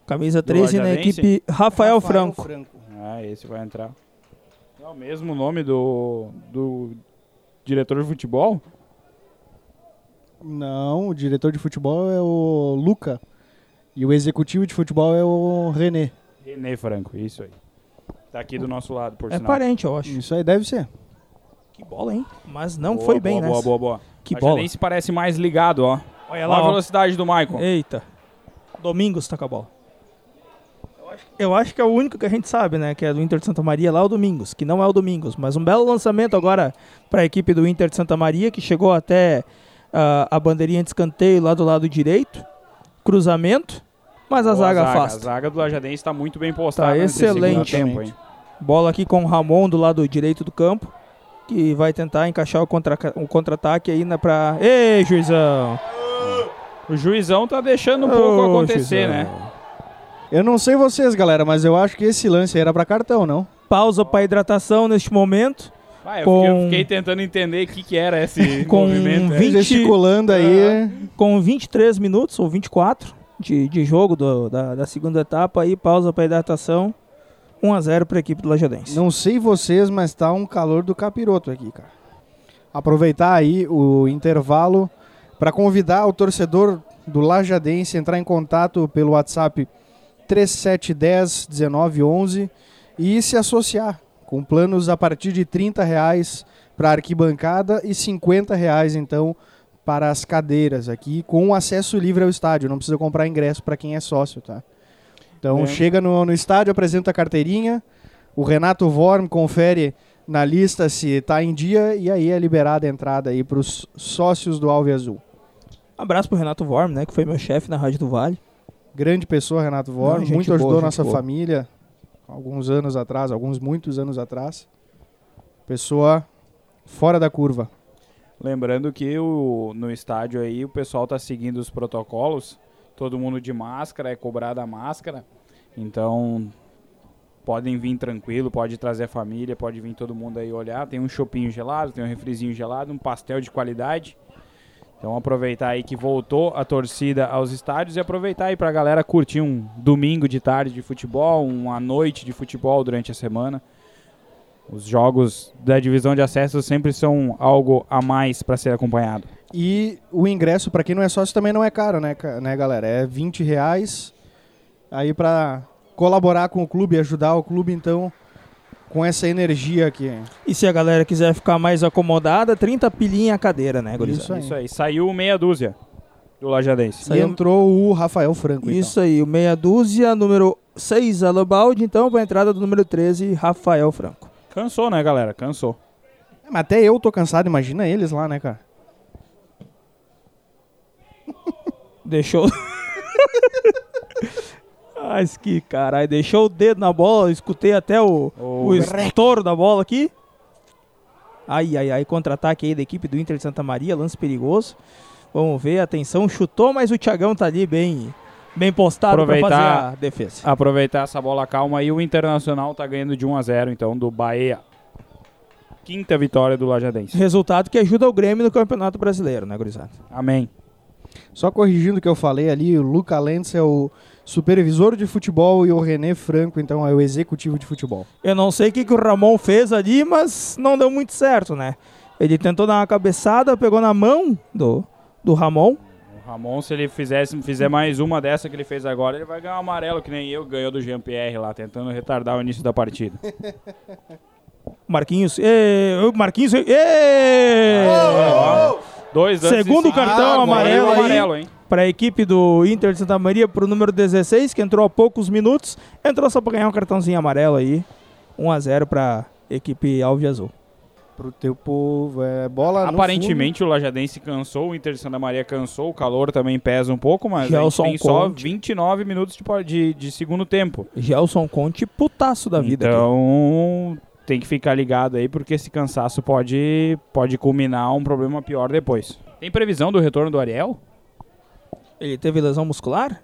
Camisa 13 na
Lajadense?
equipe Rafael, Franco.
Ah, esse vai entrar. É o mesmo nome do, do diretor de futebol?
Não, o diretor de futebol é o Luca. E o executivo de futebol é o René.
René Franco, isso aí. Tá aqui do nosso lado, por
É
sinal.
parente, eu acho.
Isso aí deve ser.
Que bola, hein? Mas não
Boa,
foi bem
boa,
nessa.
Boa, boa, boa.
Que
Mas já
bola.
nem se parece mais ligado, ó. Olha assim,
Olha
a
lá, ó.
velocidade do Maicon.
Eita. Domingos tá com a bola. Eu acho- Eu acho que é o único que a gente sabe, né? Que é do Inter de Santa Maria lá, o Domingos, que não é o Domingos. Mas um belo lançamento agora para a equipe do Inter de Santa Maria, que chegou até ah, a bandeirinha de escanteio lá do lado direito. Cruzamento, mas a
Boa
zaga
A
afasta.
zaga do Lajadense está muito bem postada.
Tá
nesse segundo
excelente.
Tempo, hein?
Bola aqui com o Ramon do lado direito do campo, que vai tentar encaixar o contra- o contra-ataque aí na pra. Ei, juizão!
O juizão tá deixando um pouco
Ô,
acontecer,
juizão.
né?
Eu não sei vocês, galera, mas eu acho que esse lance aí era pra cartão, não?
Pausa para hidratação neste momento.
Ah, eu,
Com-
fiquei, eu fiquei tentando entender o que, que era esse
Com
movimento. né?
20
Gesticulando
É.
aí.
com 23 minutos ou 24 de, de jogo do- da, da segunda etapa aí, pausa para hidratação. 1 a 0 para a equipe do Lajadense.
Não sei vocês, mas tá um calor do capiroto aqui, cara. Aproveitar aí o intervalo para convidar o torcedor do Lajadense a entrar em contato pelo WhatsApp 3710 1911 e se associar com planos a partir de 30 reais para arquibancada e 50 reais então para as cadeiras aqui com acesso livre ao estádio. Não precisa comprar ingresso para quem é sócio, tá? Então
É.
chega no, no estádio, apresenta a carteirinha, o Renato Vorm confere na lista se está em dia e aí é liberada a entrada aí para os sócios do Alve Azul.
Abraço pro Renato Vorm, né, que foi meu chefe na Rádio do Vale.
Grande pessoa, Renato Vorm,
Não, gente
muito
boa,
ajudou
gente
nossa
boa.
família alguns anos atrás, alguns muitos anos atrás. Pessoa fora da curva.
Lembrando que o- no estádio aí o pessoal tá seguindo os protocolos, todo mundo de máscara, é cobrada a máscara. Então podem vir tranquilo, pode trazer a família, pode vir todo mundo aí olhar. Tem um chopinho gelado, tem um refrizinho gelado, um pastel de qualidade. Então aproveitar aí que voltou a torcida aos estádios e aproveitar aí pra galera curtir um domingo de tarde de futebol, uma noite de futebol durante a semana. Os jogos da divisão de acesso sempre são algo a mais para ser acompanhado.
E o ingresso para quem não é sócio também não é caro, né, ca- né, galera? É 20 reais aí para colaborar com o clube, ajudar o clube então com essa energia aqui.
E se a galera quiser ficar mais acomodada, 30 pilinha a cadeira, né, gurizada?
Isso aí.
Isso aí, saiu meia dúzia do Lajadense.
Isso aí
E
é um-
entrou o Rafael Franco. então.
Isso aí, o meia dúzia, número 6, Alobaldi, então, para a entrada do número 13, Rafael Franco.
Cansou, né, galera? Cansou.
É, Mas até eu tô cansado, imagina eles lá, né, cara?
Deixou. Ai, que caralho, deixou o dedo na bola, eu escutei até o, o estouro da bola aqui. Ai, ai, ai, contra-ataque aí da equipe do Inter de Santa Maria, lance perigoso. Vamos ver, atenção, chutou, mas o Thiagão tá ali bem, bem postado para fazer
Aproveitar.
a defesa.
Aproveitar essa bola calma aí, o Internacional tá ganhando de 1 a 0 então, do Bahia. Quinta vitória do Lajadense.
Resultado que ajuda o Grêmio no Campeonato Brasileiro, né, gurizada?
Amém.
Só corrigindo o que eu falei ali, o Luca Lentz é o supervisor de futebol e o René Franco, então, é o executivo de futebol.
Eu não sei o que, que o Ramon fez ali, mas não deu muito certo, né? Ele tentou dar uma cabeçada, pegou na mão do, do Ramon.
O Ramon, se ele fizesse, fizer mais uma dessa que ele fez agora, ele vai ganhar um amarelo, que nem eu ganhou do Jean-Pierre lá, tentando retardar o início da partida.
Marquinhos. Ê, ô, Marquinhos. Ê,
Ó, Dois anos
É. Segundo
em-
cartão
Ah, ganhou
amarelo
o
aí.
amarelo, hein?
Para a equipe do Inter de Santa Maria, para o número 16, que entrou há poucos minutos. Entrou só para ganhar um cartãozinho amarelo aí. 1 a 0 para equipe Alves Azul.
Pro teu povo, é bola no
Aparentemente o Lajadense cansou, o Inter de Santa Maria cansou, o calor também pesa um pouco, mas a gente
Gelson
tem só
Conte.
29 minutos de, par- de, de segundo tempo.
Gelson Conte, putaço da vida. aqui.
Então tem que ficar ligado aí, porque esse cansaço pode, pode culminar um problema pior depois. Tem previsão do retorno do Ariel?
Ele teve lesão muscular?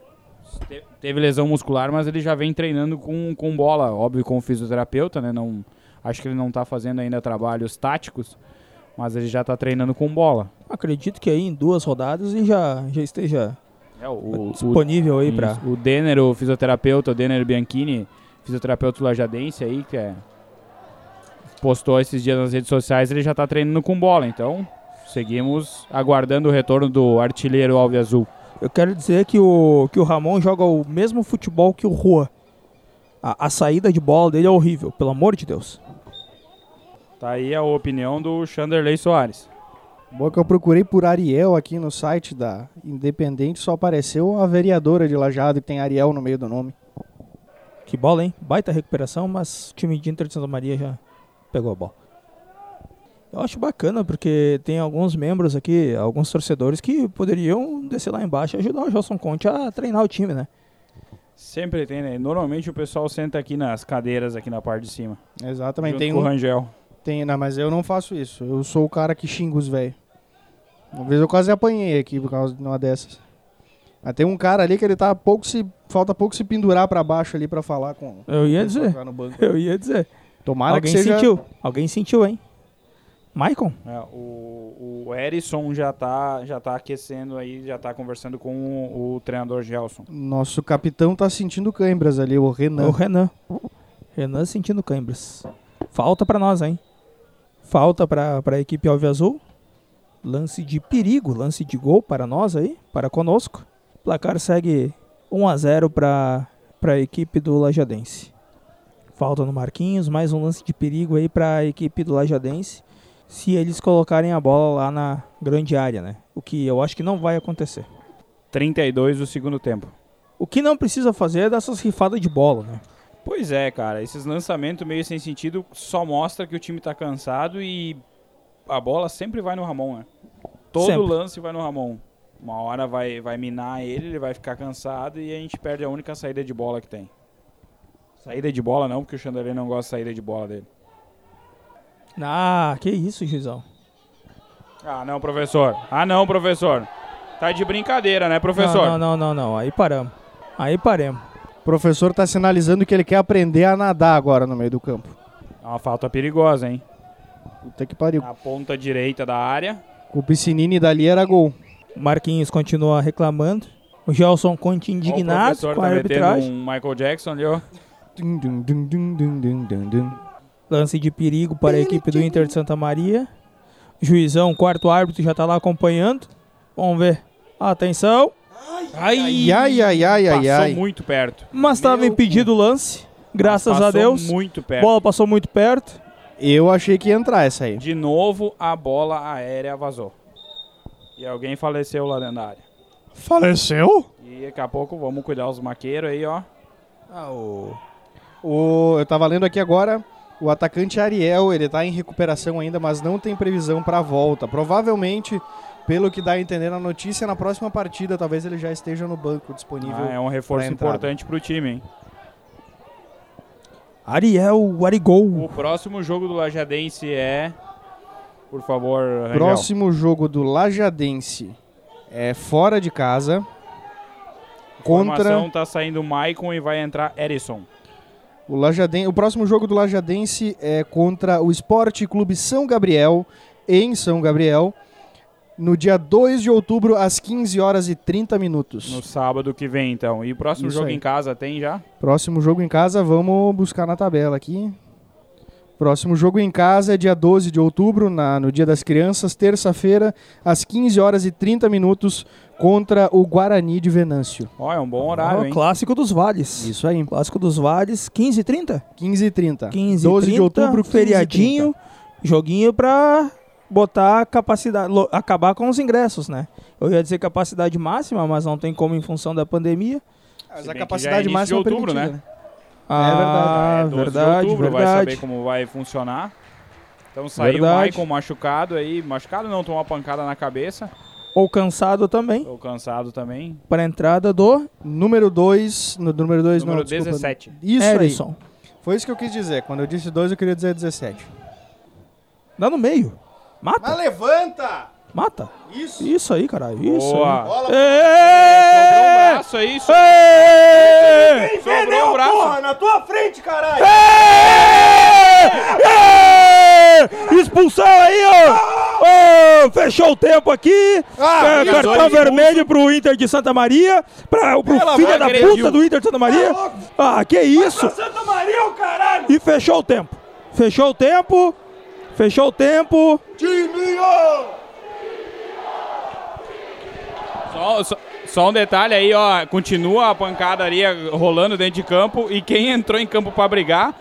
Te- teve lesão muscular, mas ele já vem treinando com, com bola, óbvio, com o fisioterapeuta, né? Não, acho que ele não tá fazendo ainda trabalhos táticos, mas ele já tá treinando com bola.
Acredito que aí em duas rodadas ele já, já esteja
É, o, o,
disponível aí para.
Isso. O Denner, o fisioterapeuta, o Denner Bianchini, fisioterapeuta lajadense aí, que é... postou esses dias nas redes sociais, ele já tá treinando com bola, então seguimos aguardando o retorno do artilheiro Alve Azul.
Eu quero dizer que o, que o Ramon joga o mesmo futebol que o Rua. A, a saída de bola dele é horrível, pelo amor de Deus.
Tá aí a opinião do Chanderley Soares.
Bom que eu procurei por Ariel aqui no site da Independente, só apareceu a vereadora de Lajado que tem Ariel no meio do nome.
Que bola, hein? Baita recuperação, mas o time de Inter de Santa Maria já pegou a bola. Eu acho bacana porque tem alguns membros aqui, alguns torcedores que poderiam descer lá embaixo e ajudar o Gelson Conte a treinar o time, né?
Sempre tem, né? Normalmente o pessoal senta aqui nas cadeiras, aqui na parte de cima.
Exatamente,
junto
tem
com o
um,
Rangel.
Tem, não, mas eu não faço isso. Eu sou o cara que xinga os velho. Uma vez eu quase apanhei aqui por causa de uma dessas. Mas tem um cara ali que ele tá pouco se. Falta pouco se pendurar pra baixo ali pra falar com.
Eu
pessoal
ia
que
dizer,
tá no banco.
eu ia dizer.
Tomara
Alguém
que seja.
sentiu, alguém sentiu, hein? Maicon?
É, o, o Erisson já tá, já tá aquecendo aí, já tá conversando com o, o treinador Gelson.
Nosso capitão tá sentindo câimbras ali, o Renan.
O Renan. Renan sentindo cãibras. Falta pra nós, hein? Falta pra pra equipe Alve Azul. Lance de perigo, lance de gol para nós aí, para conosco. Placar segue 1 a 0 pra para equipe do Lajadense. Falta no Marquinhos, mais um lance de perigo aí pra equipe do Lajadense. Se eles colocarem a bola lá na grande área, né? O que eu acho que não vai acontecer.
32 do segundo tempo.
O que não precisa fazer é dar essas rifadas de bola, né?
Pois é, cara, esses lançamentos meio sem sentido só mostra que o time tá cansado e a bola sempre vai no Ramon, né? Todo
Sempre.
lance vai no Ramon. Uma hora vai, vai minar ele, ele vai ficar cansado e a gente perde a única saída de bola que tem. Saída de bola não, porque o Chandelier não gosta de saída de bola dele.
Ah, que isso, juizão.
Ah, não, professor. Ah, não, professor. Tá de brincadeira, né, professor?
Não, não, não, não, não. Aí paramos. Aí paremos.
O professor tá sinalizando que ele quer aprender a nadar agora no meio do campo.
É uma falta perigosa, hein?
Puta que pariu.
Na ponta direita da área.
O Piscinini dali era gol.
Marquinhos continua reclamando. O Gelson Conte
Ó, o
indignado
professor
com a
tá
arbitragem.
metendo um Michael Jackson ali, ó.
Dum, dum, dum, dum, dum, dum, dum, dum.
Lance de perigo para a equipe do Inter de Santa Maria. Juizão, quarto árbitro, já tá lá acompanhando. Vamos ver. Atenção.
Ai, ai, ai, ai, ai,
Passou
ai.
muito perto.
Mas estava
Meu
impedido o lance. Graças
Passou
a Deus.
muito
A
perto.
bola passou muito perto.
Eu achei que ia entrar essa aí.
De novo, a bola aérea vazou. E alguém faleceu lá dentro da área.
Faleceu?
E daqui a pouco vamos cuidar os maqueiros aí, ó.
O, eu tava lendo aqui agora, o atacante Ariel, ele tá em recuperação ainda, mas não tem previsão pra volta. Provavelmente, pelo que dá a entender na notícia, na próxima partida talvez ele já esteja no banco disponível.
Ah, é um reforço
pra entrada.
importante pro time, hein?
Ariel, Arigol.
O próximo jogo do Lajadense é. Por favor, Rangel.
Próximo jogo do Lajadense é fora de casa contra
Formação tá saindo Maicon e vai entrar Erisson.
o Lajadense. O próximo jogo do Lajadense é contra o Esporte Clube São Gabriel em São Gabriel. No dia 2 de outubro, às 15 horas e 30 minutos.
No sábado que vem, então. E o próximo
Isso
jogo
aí.
em casa tem já?
Próximo jogo em casa, vamos buscar na tabela aqui. Próximo jogo em casa é dia 12 de outubro, na- no Dia das Crianças, terça-feira, às 15 horas e 30 minutos, contra o Guarani de Venâncio.
Ó, é um bom horário,
Ah,
hein?
clássico dos Vales.
Isso aí,
Clássico dos Vales, 15 h 30
15 e 30.
15,
12
30,
de outubro, 15 e
feriadinho,
30.
joguinho pra botar a capacidade, lo- acabar com os ingressos, né? Eu ia dizer capacidade máxima, mas não tem como em função da pandemia.
Se bem
Mas a
que já é
capacidade
início
máxima é
de outubro,
permitida,
né?
Ah,
É 12
verdade,
de outubro, vai
verdade.
saber como vai funcionar. Então saiu o
Verdade.
Maicon machucado aí. Machucado não, tomou uma pancada na cabeça.
Ou cansado também,
Tô cansado também.
para entrada do
Número 2, no número 2 não,
Número
né?
desculpa.
17.
Isso
Erisson.
aí. Foi isso que eu quis dizer. Quando eu disse 2, eu queria dizer 17.
Dá no meio. Mata,
levanta!
mata.
Isso.
Isso aí, cara, isso né? aí.
Boa. Sobrou um
Ê!
braço, é isso?
Ê!
Sobrou um braço.
na tua frente, caralho!
É! Expulsão aí, ó! Ô, fechou o tempo aqui. É,
isso,
cartão
dois
vermelho pro Inter de Santa Maria. Pra, pro filho
amor,
da
agrediu.
puta do Inter de Santa Maria. Ah, que isso!
Santa Maria, o Tá caralho!
E fechou o tempo. Fechou o tempo. Fechou o tempo.
Timinho!
Só, só- só um detalhe aí, eh, ó. Continua a pancadaria rolando dentro de campo. E quem entrou em campo pra brigar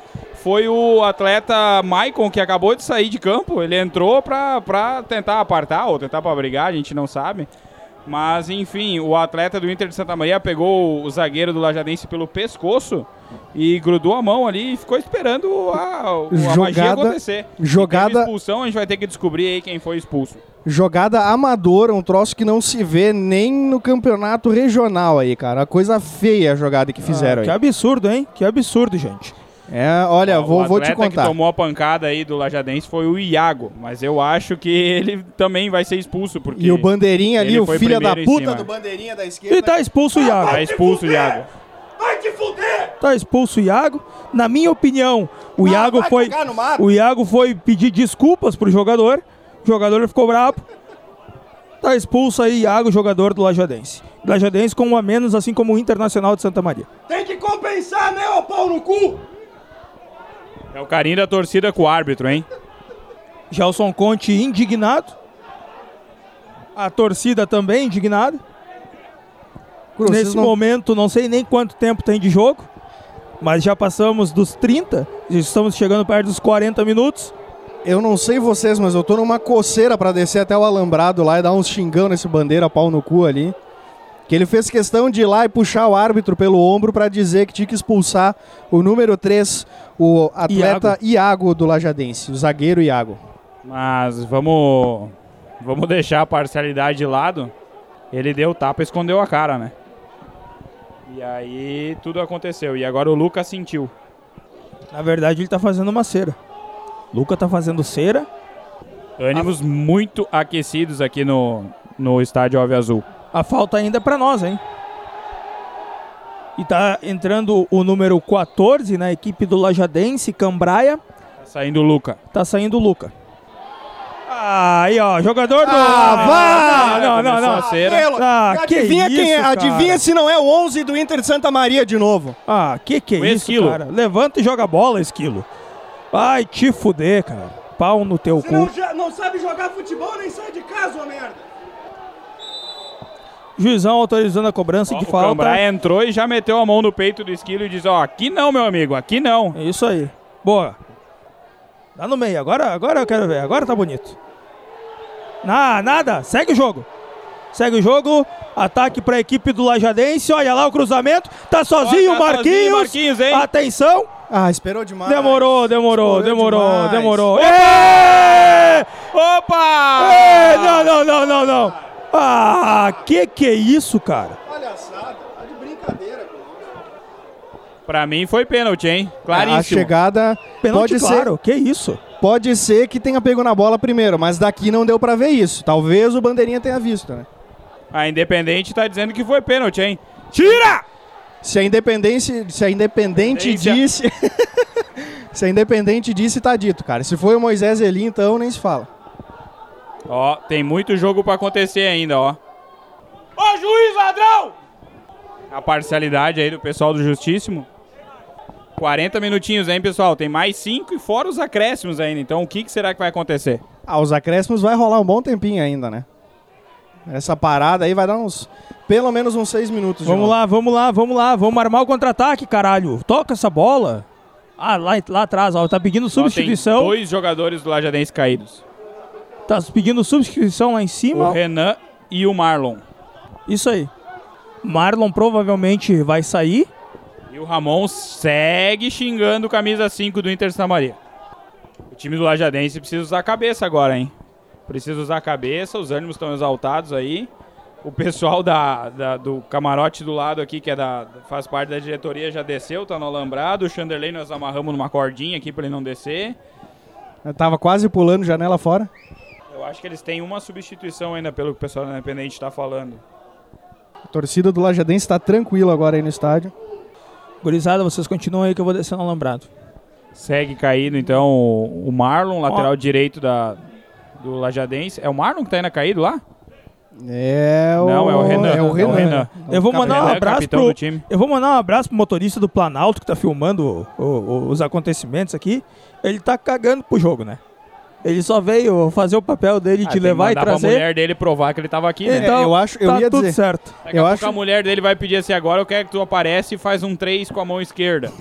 foi o atleta Maicon, que acabou de sair de campo. Ele entrou pra, pra tentar apartar ou tentar pra brigar, a gente não sabe. Mas, enfim, o atleta do Inter de Santa Maria pegou o zagueiro do Lajadense pelo pescoço e grudou a mão ali e ficou esperando a, a magia
Jogada-
acontecer. E
jogada-
teve expulsão, a gente vai ter que descobrir aí quem foi expulso.
Jogada amadora, um troço que não se vê nem no campeonato regional aí, cara. Uma coisa feia a jogada que fizeram
que
aí.
absurdo, hein? Que absurdo, gente.
É, olha, vou,
Ah, o
vou te
atleta que
contar.
tomou a pancada aí do Lajadense foi o Iago, mas eu acho que ele também vai ser expulso, porque
E o bandeirinha ali,
ele
o
foi
filho da
primeiro em
puta
cima.
do bandeirinha da esquerda.
E tá expulso o Iago.
tá expulso o Iago.
Vai te fuder!
Tá expulso o Iago. Na minha opinião, o Iago
Ah, vai
foi.
cagar no mato.
O Iago foi pedir desculpas pro jogador. O jogador ficou brabo. Tá expulso aí Iago, jogador do Lajadense. Lajadense com um a menos, assim como o Internacional de Santa Maria.
Tem que compensar, né, ô pau no cu!
É o carinho da torcida com o árbitro, hein?
Gelson Conte indignado. A torcida também indignada.
Cruz, vocês
Nesse
não-
momento, não sei nem quanto tempo tem de jogo, mas já passamos dos 30, já estamos chegando perto dos 40 minutos.
Eu não sei vocês, mas eu tô numa coceira pra descer até o alambrado lá e dar uns xingão nesse bandeira pau no cu ali. Que ele fez questão de ir lá e puxar o árbitro pelo ombro pra dizer que tinha que expulsar o número 3, o atleta Iago, do Lajadense, o zagueiro Iago.
Mas vamos vamos deixar a parcialidade de lado. Ele deu o tapa e escondeu a cara, né? E aí tudo aconteceu. E agora o Lucas sentiu.
Na verdade, ele tá fazendo uma cera. Luca tá fazendo cera.
Ânimos muito aquecidos aqui no, no estádio Ave Azul.
A falta ainda é pra nós, hein? E tá entrando o número 14 na equipe do Lajadense, Cambraia.
Tá saindo o Luca.
Tá saindo o Luca. Aí, ó, jogador do.
Ah, vá!
Não, não,
Começou
não.
a cera.
Ah, que
adivinha quem é?
isso, cara.
Adivinha se não é o 11 do Inter de Santa Maria de novo.
Ah, que que é
O
isso,
um Esquilo.
cara? Levanta e joga bola, esquilo. Vai te fuder, cara. Pau no teu
Se não,
cu.
já, não sabe jogar futebol, nem sai de casa, ô merda!
Juizão autorizando a cobrança
Ó,
de
o
falta.
Cambraia entrou e já meteu a mão no peito do esquilo e diz: Ó, aqui não, meu amigo, aqui não.
É isso aí. Boa. Dá no meio. Agora, agora eu quero ver. Agora tá bonito. Na, nada. Segue o jogo. Segue o jogo. Ataque pra equipe do Lajadense. Olha lá o cruzamento. Tá sozinho
Ó,
o
tá
Marquinhos.
sozinho o Marquinhos, hein?
Atenção.
Ah, esperou demais.
Demorou, demorou,
Escorreu
demorou,
demais.
demorou. Ê!
Opa!
Ei, não, não, não, não, não. Ah, que que é isso, cara?
Palhaçada, tá de brincadeira, pô.
Pra mim foi pênalti, hein? Claríssimo.
A chegada
Penalti
pode ser
claro, que isso?
Pode ser que tenha pego na bola primeiro, mas daqui não deu pra ver isso. Talvez o bandeirinha tenha visto, né?
A Independente tá dizendo que foi pênalti, hein? Tira!
Se a independência, se a independente
Independência.
disse, se a independente disse, tá dito, cara. Se foi o Moisés Eli, então nem se fala.
Ó, tem muito jogo pra acontecer ainda, ó.
Ô juiz ladrão!
A parcialidade aí do pessoal do Justíssimo. 40 minutinhos, hein, pessoal? Tem mais 5 e fora os acréscimos ainda. Então, o que, que será que vai acontecer?
Ah, os acréscimos vai rolar um bom tempinho ainda, né? Essa parada aí vai dar uns, pelo menos uns seis minutos. de
Vamos
novo.
lá, vamos lá, vamos lá, vamos armar o contra-ataque, caralho. Toca essa bola. Ah, lá, lá atrás, ó, tá pedindo
Ó, tem
substituição.
dois jogadores do Lajadense caídos.
Tá pedindo substituição lá em
O
cima.
Renan e o Marlon.
Isso aí. Marlon provavelmente vai sair.
E o Ramon segue xingando o camisa 5 do Inter Santa Maria. O time do Lajadense precisa usar a cabeça agora, hein? Precisa usar a cabeça, os ânimos estão exaltados aí. O pessoal da, da- do camarote do lado aqui, que é da, faz parte da diretoria, já desceu, tá no alambrado. O Chanderley nós amarramos numa cordinha aqui pra ele não descer.
Eu tava quase pulando janela fora.
Eu acho que eles têm uma substituição ainda, pelo que o pessoal da Independente tá falando.
A torcida do Lajadense tá tranquila agora aí no estádio.
Gurizada, vocês continuam aí que eu vou descendo no alambrado.
Segue caído, então, o o Marlon, lateral direito da, do Lajadense. É o Marlon que tá ainda caído lá?
É o
Não, é o Renan.
É o Renan.
É o Renan.
Eu vou mandar um
Renan é
abraço
capitão
pro,
do time.
eu vou mandar um abraço pro motorista do Planalto que tá filmando o- o- os acontecimentos aqui. Ele tá cagando pro jogo, né? Ele só veio fazer o papel dele
Ah,
de
tem que
levar e
mandar pra
trazer.
mulher dele provar que ele tava aqui, né?
Então,
É, eu acho- eu
tá
ia
tudo
dizer.
certo.
Daqui
eu
a pouco
acho-
a mulher dele vai pedir assim, agora eu quero que tu aparece e faz um 3 com a mão esquerda.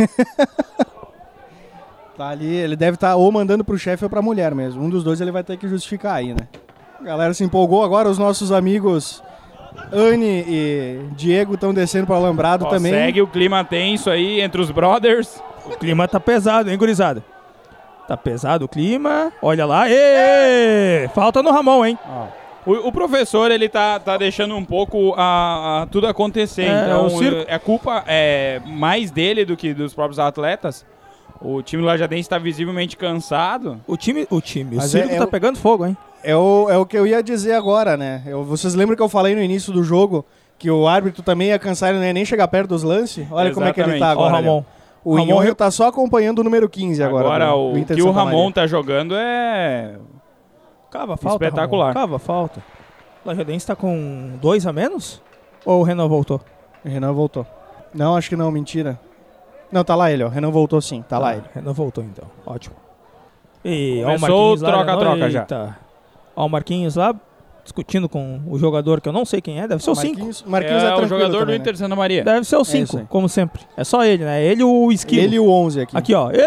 Tá ali, ele deve estar ou mandando pro chefe ou pra mulher mesmo. Um dos dois ele vai ter que justificar aí, né? A galera se empolgou agora, os nossos amigos Anne e Diego estão descendo pro alambrado
Ó,
também.
Segue o clima tenso aí entre os brothers.
O clima tá pesado, hein, gurizada? Tá pesado o clima. Olha lá. Ê! Falta no Ramon, hein?
O, o professor, ele tá, tá deixando um pouco a, a tudo acontecer.
É,
então,
o circo.
é culpa é, mais dele do que dos próprios atletas. O time lajadense tá visivelmente cansado.
O time, o time, o
Mas
circo
é- é
tá
o-
pegando fogo, hein?
É o, é o que eu ia dizer agora, né? Eu- vocês lembram que eu falei no início do jogo que o árbitro também ia cansar e não ia nem chegar perto dos lances? Olha como é que ele
Exatamente.
tá
Ó,
Ó, o
agora.
Ramon.
Léo. O
Ramon
Ramon
re-
tá só acompanhando o número 15 agora.
Agora,
do-
o,
do Inter
que
de
o
Santa
Ramon
Maria.
tá jogando é...
Cava falta.
Espetacular.
Ramon. Cava falta. O Lajadense tá com dois a menos? Ou o Renan voltou?
O Renan voltou. Não, acho que não, mentira. Não, tá lá ele, ó. Renan voltou sim, tá lá ele.
Ah, Renan voltou então. Ótimo. E ó, o
Começou
Marquinhos lá,
troca,
Renan,
troca já.
eita. Ó, o Marquinhos lá discutindo com o jogador que eu não sei quem é, deve ser o 5.
Marquinhos, Marquinhos
é
é,
o
tranquilo
jogador
também,
do Inter de Santa Maria.
Deve ser o
isso aí.
5, como sempre. É só ele, né? Ele e o
Né?
Esquilo.
Ele e o 11 aqui.
Aqui, ó. Ê!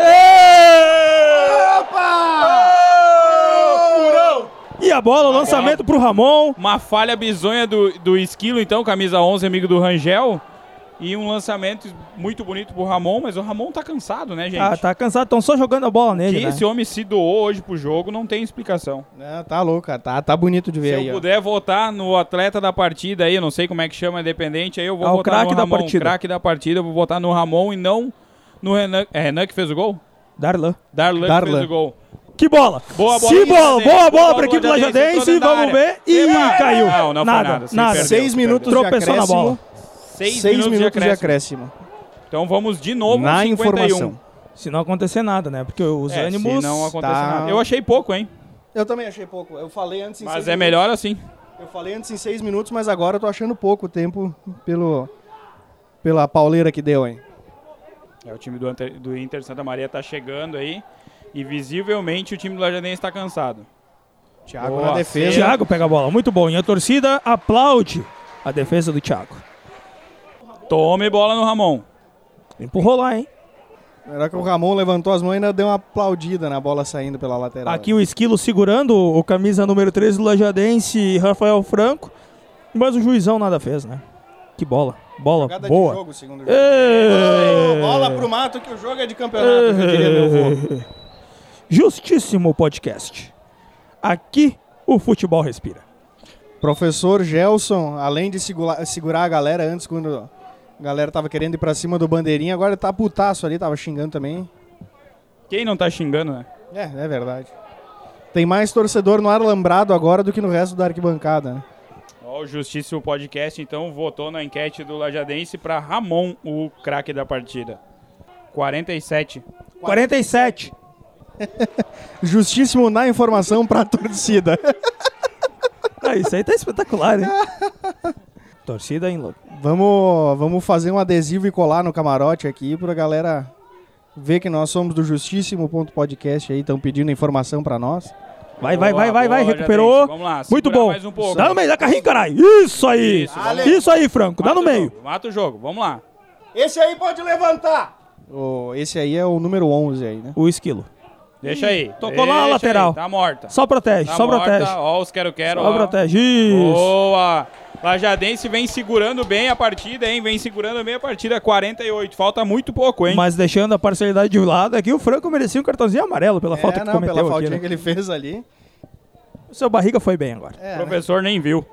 Furão!
E a bola, o lançamento pro Ramon.
Uma falha bizonha do, do Esquilo, então, camisa 11, amigo do Rangel. E um lançamento muito bonito pro Ramon, mas o Ramon tá cansado, né, gente?
Tá, tá cansado, estão só jogando a bola nele,
que
né?
esse homem se doou hoje pro jogo, não tem explicação.
Não, tá louco, cara. Tá, tá bonito de ver
Se
aí,
eu
ó.
puder votar no atleta da partida aí, eu não sei como é que chama, independente, aí eu vou
Ah, o
votar
craque
no
da
Ramon.
partida.
craque da partida, eu vou votar no Ramon e não no Renan. É Renan que fez o gol?
Darlan.
Darlan, que
Darlan.
fez o gol.
Que bola!
Boa bola
Se
pro
bola,
Lajadense, boa
boa bola pra equipe do
bola pro Lajadense,
Lajadense,
entrou na
vamos ver. E
Eba!
caiu.
Não, não foi nada,
Nada,
se
nada.
perdeu.
Seis minutos de
Tropeçou na
acréscimo.
bola.
Seis,
Seis
minutos, de acréscimo.
acréscimo.
Então vamos de novo
Na
no 51.
informação.
Se não acontecer nada, né? Porque os
É,
ânimos.
se não acontecer
tá-
nada. Eu achei pouco, hein?
Eu também achei pouco. Eu falei antes em
Mas
seis
é
minutos.
melhor assim.
Eu falei antes em seis minutos, mas agora eu tô achando pouco tempo pelo, pela pauleira que deu, hein?
É, o time do, Ante- do Inter Santa Maria tá chegando aí e visivelmente o time do Lajadense está cansado.
Thiago
Boa,
na defesa.
Thiago pega a bola, muito bom. E a torcida aplaude a defesa do Thiago.
Tome bola no Ramon.
Empurrou lá, hein?
Será que o Ramon levantou as mãos e ainda deu uma aplaudida na bola saindo pela lateral?
Aqui o Esquilo segurando o camisa número 13 do Lajadense, Rafael Franco. Mas o juizão nada fez, né? Que bola. Bola
Jogada
boa.
de jogo, segundo jogo.
Ê!
Bola pro mato que o jogo é de campeonato, que eu diria meu avô.
Justíssimo podcast. Aqui o futebol respira.
Professor Gelson, além de segura- segurar a galera antes, quando a galera tava querendo ir pra cima do bandeirinha, agora ele tá putaço ali, tava xingando também.
Quem não tá xingando, né?
É, é verdade. Tem mais torcedor no alambrado agora do que no resto da arquibancada, né?
Ó, o Justiça o Podcast, então, votou na enquete do Lajadense para Ramon, o craque da partida. 47.
47.
Justíssimo na informação pra torcida.
Ah, isso aí tá espetacular, hein? Torcida em louco.
vamos, vamos fazer um adesivo e colar no camarote aqui pra galera ver que nós somos do justíssimo.podcast aí, estão pedindo informação pra nós.
Vai, vai,
Boa,
vai, vai, vai,
boa,
recuperou.
Lajadense. Vamos lá,
Muito
segurar
bom.
mais um pouco.
Dá no meio, dá carrinho, caralho. Isso aí.
Isso,
Isso,
vamos
aí, Franco. Dá no
Mata o
meio.
jogo, Mata o jogo, vamos lá.
Esse aí pode levantar!
Ô, esse aí é o número 11 aí, né?
O esquilo.
Deixa aí.
tocou lá a
deixa aí,
lateral.
Tá morta.
Só protege,
Tá
só
morta.
protege.
Ó, os quero-quero.
Só
ó.
protege. Isso.
Boa. Lajadense vem segurando bem a partida, hein? Vem segurando bem a partida. 48. Falta muito pouco, hein?
Mas deixando a parcialidade de lado aqui, o Franco merecia um cartãozinho amarelo pela falta
é,
que
não,
cometeu
pela
aqui.
faltinha
Né?
que ele fez ali.
O seu barriga foi bem agora.
É,
O
né?
professor nem viu.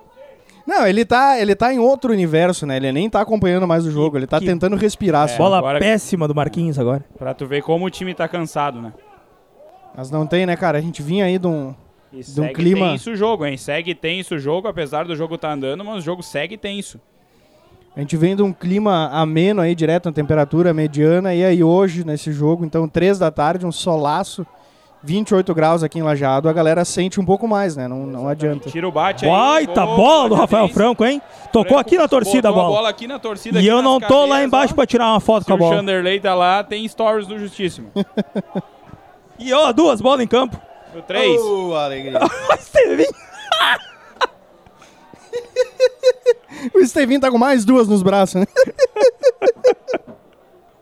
Não, ele tá, ele tá em outro universo, né? Ele nem tá acompanhando mais o jogo, ele tá
que- É.
tentando respirar só.
Bola
agora-
péssima do Marquinhos agora.
Pra tu ver como o time tá cansado, né?
Mas não tem, né, cara? A gente vinha aí de um.
E
De um
segue
clima-
tenso o jogo, hein? Segue tenso o jogo, apesar do jogo tá andando, mas o jogo segue tenso.
A gente vem de um clima ameno aí, direto, uma temperatura mediana, e aí hoje, nesse jogo, então, três da tarde, um solaço, 28 graus aqui em Lajeado, a galera sente um pouco mais, né? Não, não adianta.
Tira o bate aí.
Baita
gol,
bola do Rafael
Lajadense.
Franco, hein? Tocou
Franco
aqui na torcida a
botou
bola.
aqui na torcida.
E
aqui
eu
nas
não tô lá
cadeiras,
embaixo
ó.
pra tirar uma foto
Se
com a
o
bola.
Chanderley tá lá, tem stories do Justíssimo.
E ó, duas bolas em campo.
O 3.
Oh, alegria.
Estevinho.
o Estevinho tá com mais duas nos braços, né?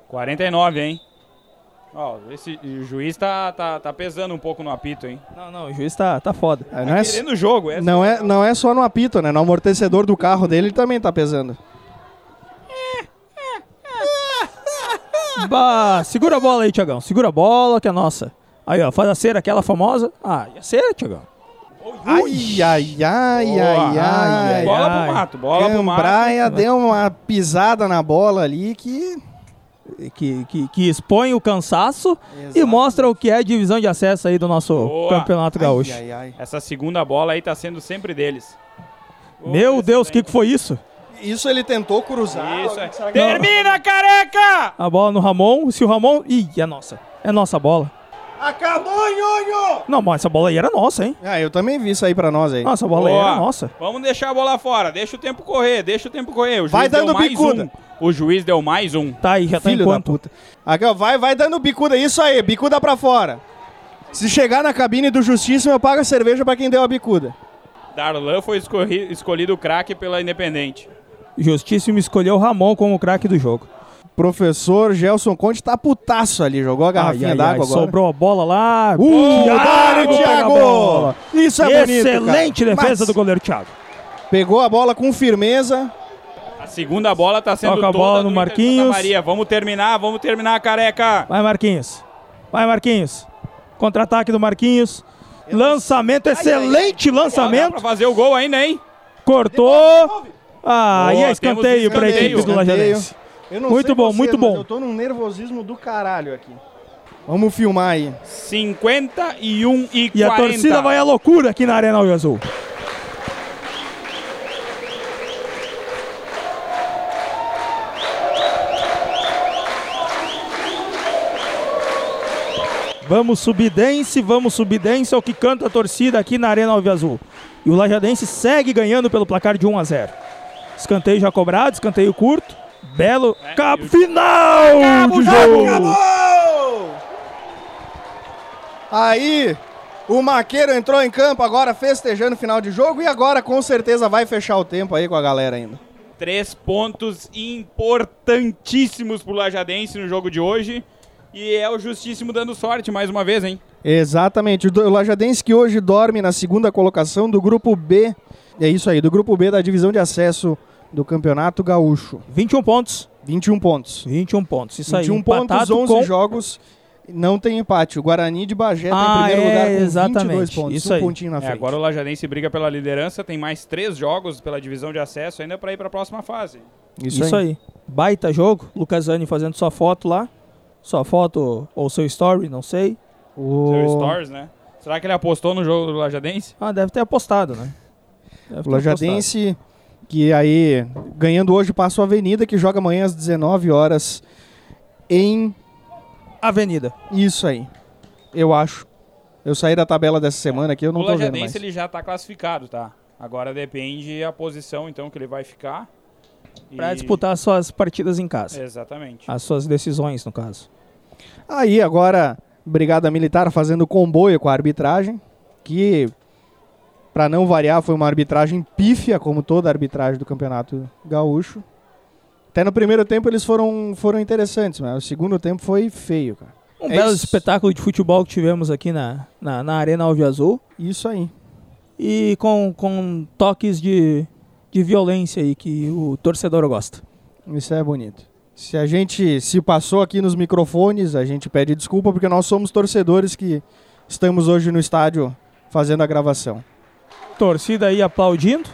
49, hein? Ó, esse o juiz tá, tá, tá pesando um pouco no apito, hein?
Não, não, o juiz tá, tá foda.
Ah, Não é, s-
Querendo o jogo, é.
não, é, não é só no apito, né? No amortecedor do carro dele ele também tá pesando.
É. Bah, segura a bola aí, Tiagão. Segura a bola que é nossa. Aí, ó, faz a cera aquela famosa. Ah, e a cera, Tiagão?
Ai, ai, ai,
Boa.
ai, ai.
bola
ai.
pro mato, bola pro mato.
Cambraia deu uma pisada na bola ali que.
Que, que, que expõe o cansaço e
Exato.
mostra o que é a divisão de acesso aí do nosso
Boa.
Campeonato Gaúcho.
Ai, ai,
Essa segunda bola aí tá sendo sempre deles.
Meu Deus, o que, que foi isso?
ai. Isso ele tentou cruzar.
Isso, é.
Será que-
Termina, careca!
A bola no Ramon. Se o Ramon. Ih, é nossa. É nossa a bola.
Acabou, nhonho!
Não, mas essa bola aí era nossa, hein?
Ah, eu também vi isso aí pra nós aí.
Nossa, a bola aí
Boa.
era nossa.
Vamos deixar a bola fora, deixa o tempo correr, deixa o tempo correr. O juiz
Vai
deu
dando
mais
bicuda.
um. O juiz deu mais um.
Tá aí, já tá
Filho
em
da
quanto?
puta. Aqui, ó, vai, vai dando bicuda, isso aí, bicuda pra fora. Se chegar na cabine do Justiça, eu pago a cerveja pra quem deu a bicuda.
Darlan foi escorri- escolhido craque pela Independente.
Justíssimo escolheu o Ramon como o craque do jogo.
Professor Gelson Conte tá putaço ali, jogou a garrafinha
Ai, ai,
d'água
ai,
agora.
Sobrou a bola lá.
Uh,
Thiago
Dário
pega a
Thiago!
bola.
Isso é bonito, cara.
Excelente defesa
Mas
do goleiro Thiago.
Pegou a bola com firmeza.
A segunda bola tá sendo
Toca a
toda
bola no
do Inter de
Marquinhos.
Santa Maria. Vamos terminar, vamos terminar, careca.
Vai, Marquinhos. Vai, Marquinhos. Contra-ataque do Marquinhos. Lançamento, excelente
Dá pra
lançamento.
fazer o gol ainda, hein?
Cortou. Ah, e
Boa,
é escanteio
temos
para a equipe
escanteio.
do Lajadense.
Eu não
Muito
sei
bom,
vocês,
muito
mas
bom.
Eu tô num nervosismo do caralho aqui. Vamos filmar aí.
51 e 40.
E a torcida vai à loucura aqui na Arena Alves Azul. Vamos subidense, vamos subidense, é o que canta a torcida aqui na Arena Alves Azul. E o Lajadense segue ganhando pelo placar de 1 a 0. Escanteio já cobrado, escanteio curto. Belo cabo final do jogo.
Aí, o Maqueiro entrou em campo agora festejando o final de jogo e agora com certeza vai fechar o tempo aí com a galera ainda.
Três pontos importantíssimos pro Lajadense no jogo de hoje. E é o Justíssimo dando sorte mais uma vez, hein?
Exatamente. O do- o Lajadense que hoje dorme na segunda colocação do grupo B. É isso aí, do grupo B da divisão de acesso do Campeonato Gaúcho.
21 pontos.
21 pontos.
21 pontos, isso aí.
21 pontos,
empatado
11
com-
jogos. Não tem empate. O Guarani de Bagé tá
Ah,
em primeiro
é,
lugar com
exatamente.
22 pontos.
Isso
um
aí.
pontinho na
É,
frente.
agora o Lajadense briga pela liderança, tem mais três jogos pela divisão de acesso ainda para ir para a próxima fase.
Isso, aí. Baita jogo. Lucas Zani fazendo sua foto lá. Sua foto ou seu story, não sei.
Seu
O...
Stars, né? Será que ele apostou no jogo do Lajadense?
Ah, deve ter apostado, né? Deve ter
O Lajadense, que aí, ganhando hoje, passa o Avenida, que joga amanhã às 19 horas em
apostado. Avenida.
isso aí. Eu acho. Eu saí da tabela dessa semana aqui, eu não
o
tô vendo
Lajadense
mais.
ele já tá classificado, tá? Agora depende a posição então que ele vai ficar. E-
Pra disputar suas partidas em casa.
Exatamente.
As suas decisões, no caso.
Aí, agora, Brigada Militar fazendo comboio com a arbitragem, que, pra não variar, foi uma arbitragem pífia, como toda a arbitragem do Campeonato Gaúcho. Até no primeiro tempo eles foram, foram interessantes, mas o segundo tempo foi feio, cara.
Um
É
belo
isso.
espetáculo de futebol que tivemos aqui na, na, na Arena Alve Azul.
Isso aí.
E com, com toques de, de violência aí que o torcedor gosta.
Isso é bonito. Se a gente se passou aqui nos microfones, a gente pede desculpa porque nós somos torcedores que estamos hoje no estádio fazendo a gravação.
Torcida aí aplaudindo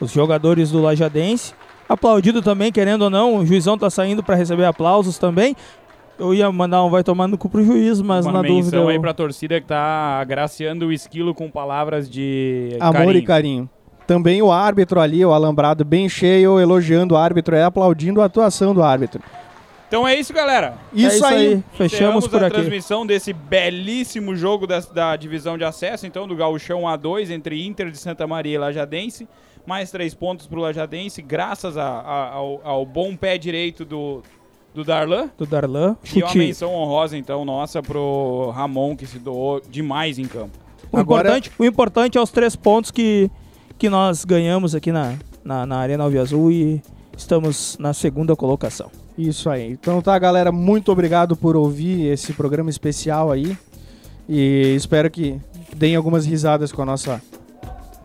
os jogadores do Lajadense. Aplaudido também, querendo ou não, o juizão tá saindo para receber aplausos também. Eu ia mandar um vai tomar no cu pro juiz, mas
Uma
na dúvida.
menção aí
eu-
pra torcida que tá agraciando o esquilo com palavras de
Amor
carinho.
e carinho. Também o árbitro ali, o alambrado bem cheio, elogiando o árbitro e aplaudindo a atuação do árbitro.
Então é isso, galera.
Isso,
é isso
aí.
aí. Fechamos
Encerramos
por
a
aqui.
transmissão desse belíssimo jogo da, da divisão de acesso, então, do Gauchão A2, entre Inter de Santa Maria e Lajadense. Mais três pontos pro Lajadense, graças a- a- ao, ao bom pé direito do, do Darlan.
Do Darlan.
E é uma
Chute.
menção honrosa, então, nossa, pro Ramon, que se doou demais em campo.
O,
Agora-
importante, o importante é os três pontos que, que nós ganhamos aqui na, na, na Arena Alve Azul e estamos na segunda colocação.
Isso aí. Então tá, galera, muito obrigado por ouvir esse programa especial aí. E espero que deem algumas risadas com a nossa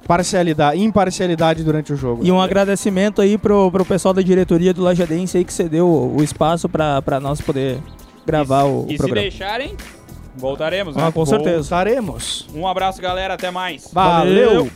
parcialidade, imparcialidade durante o jogo.
E um agradecimento aí pro, pro pessoal da diretoria do Lajadense aí que cedeu o o espaço pra, pra nós poder gravar o,
E
o
se
programa.
deixarem, voltaremos, né?
Ah, com certeza.
Voltaremos.
Um abraço, galera. Até mais.
Valeu.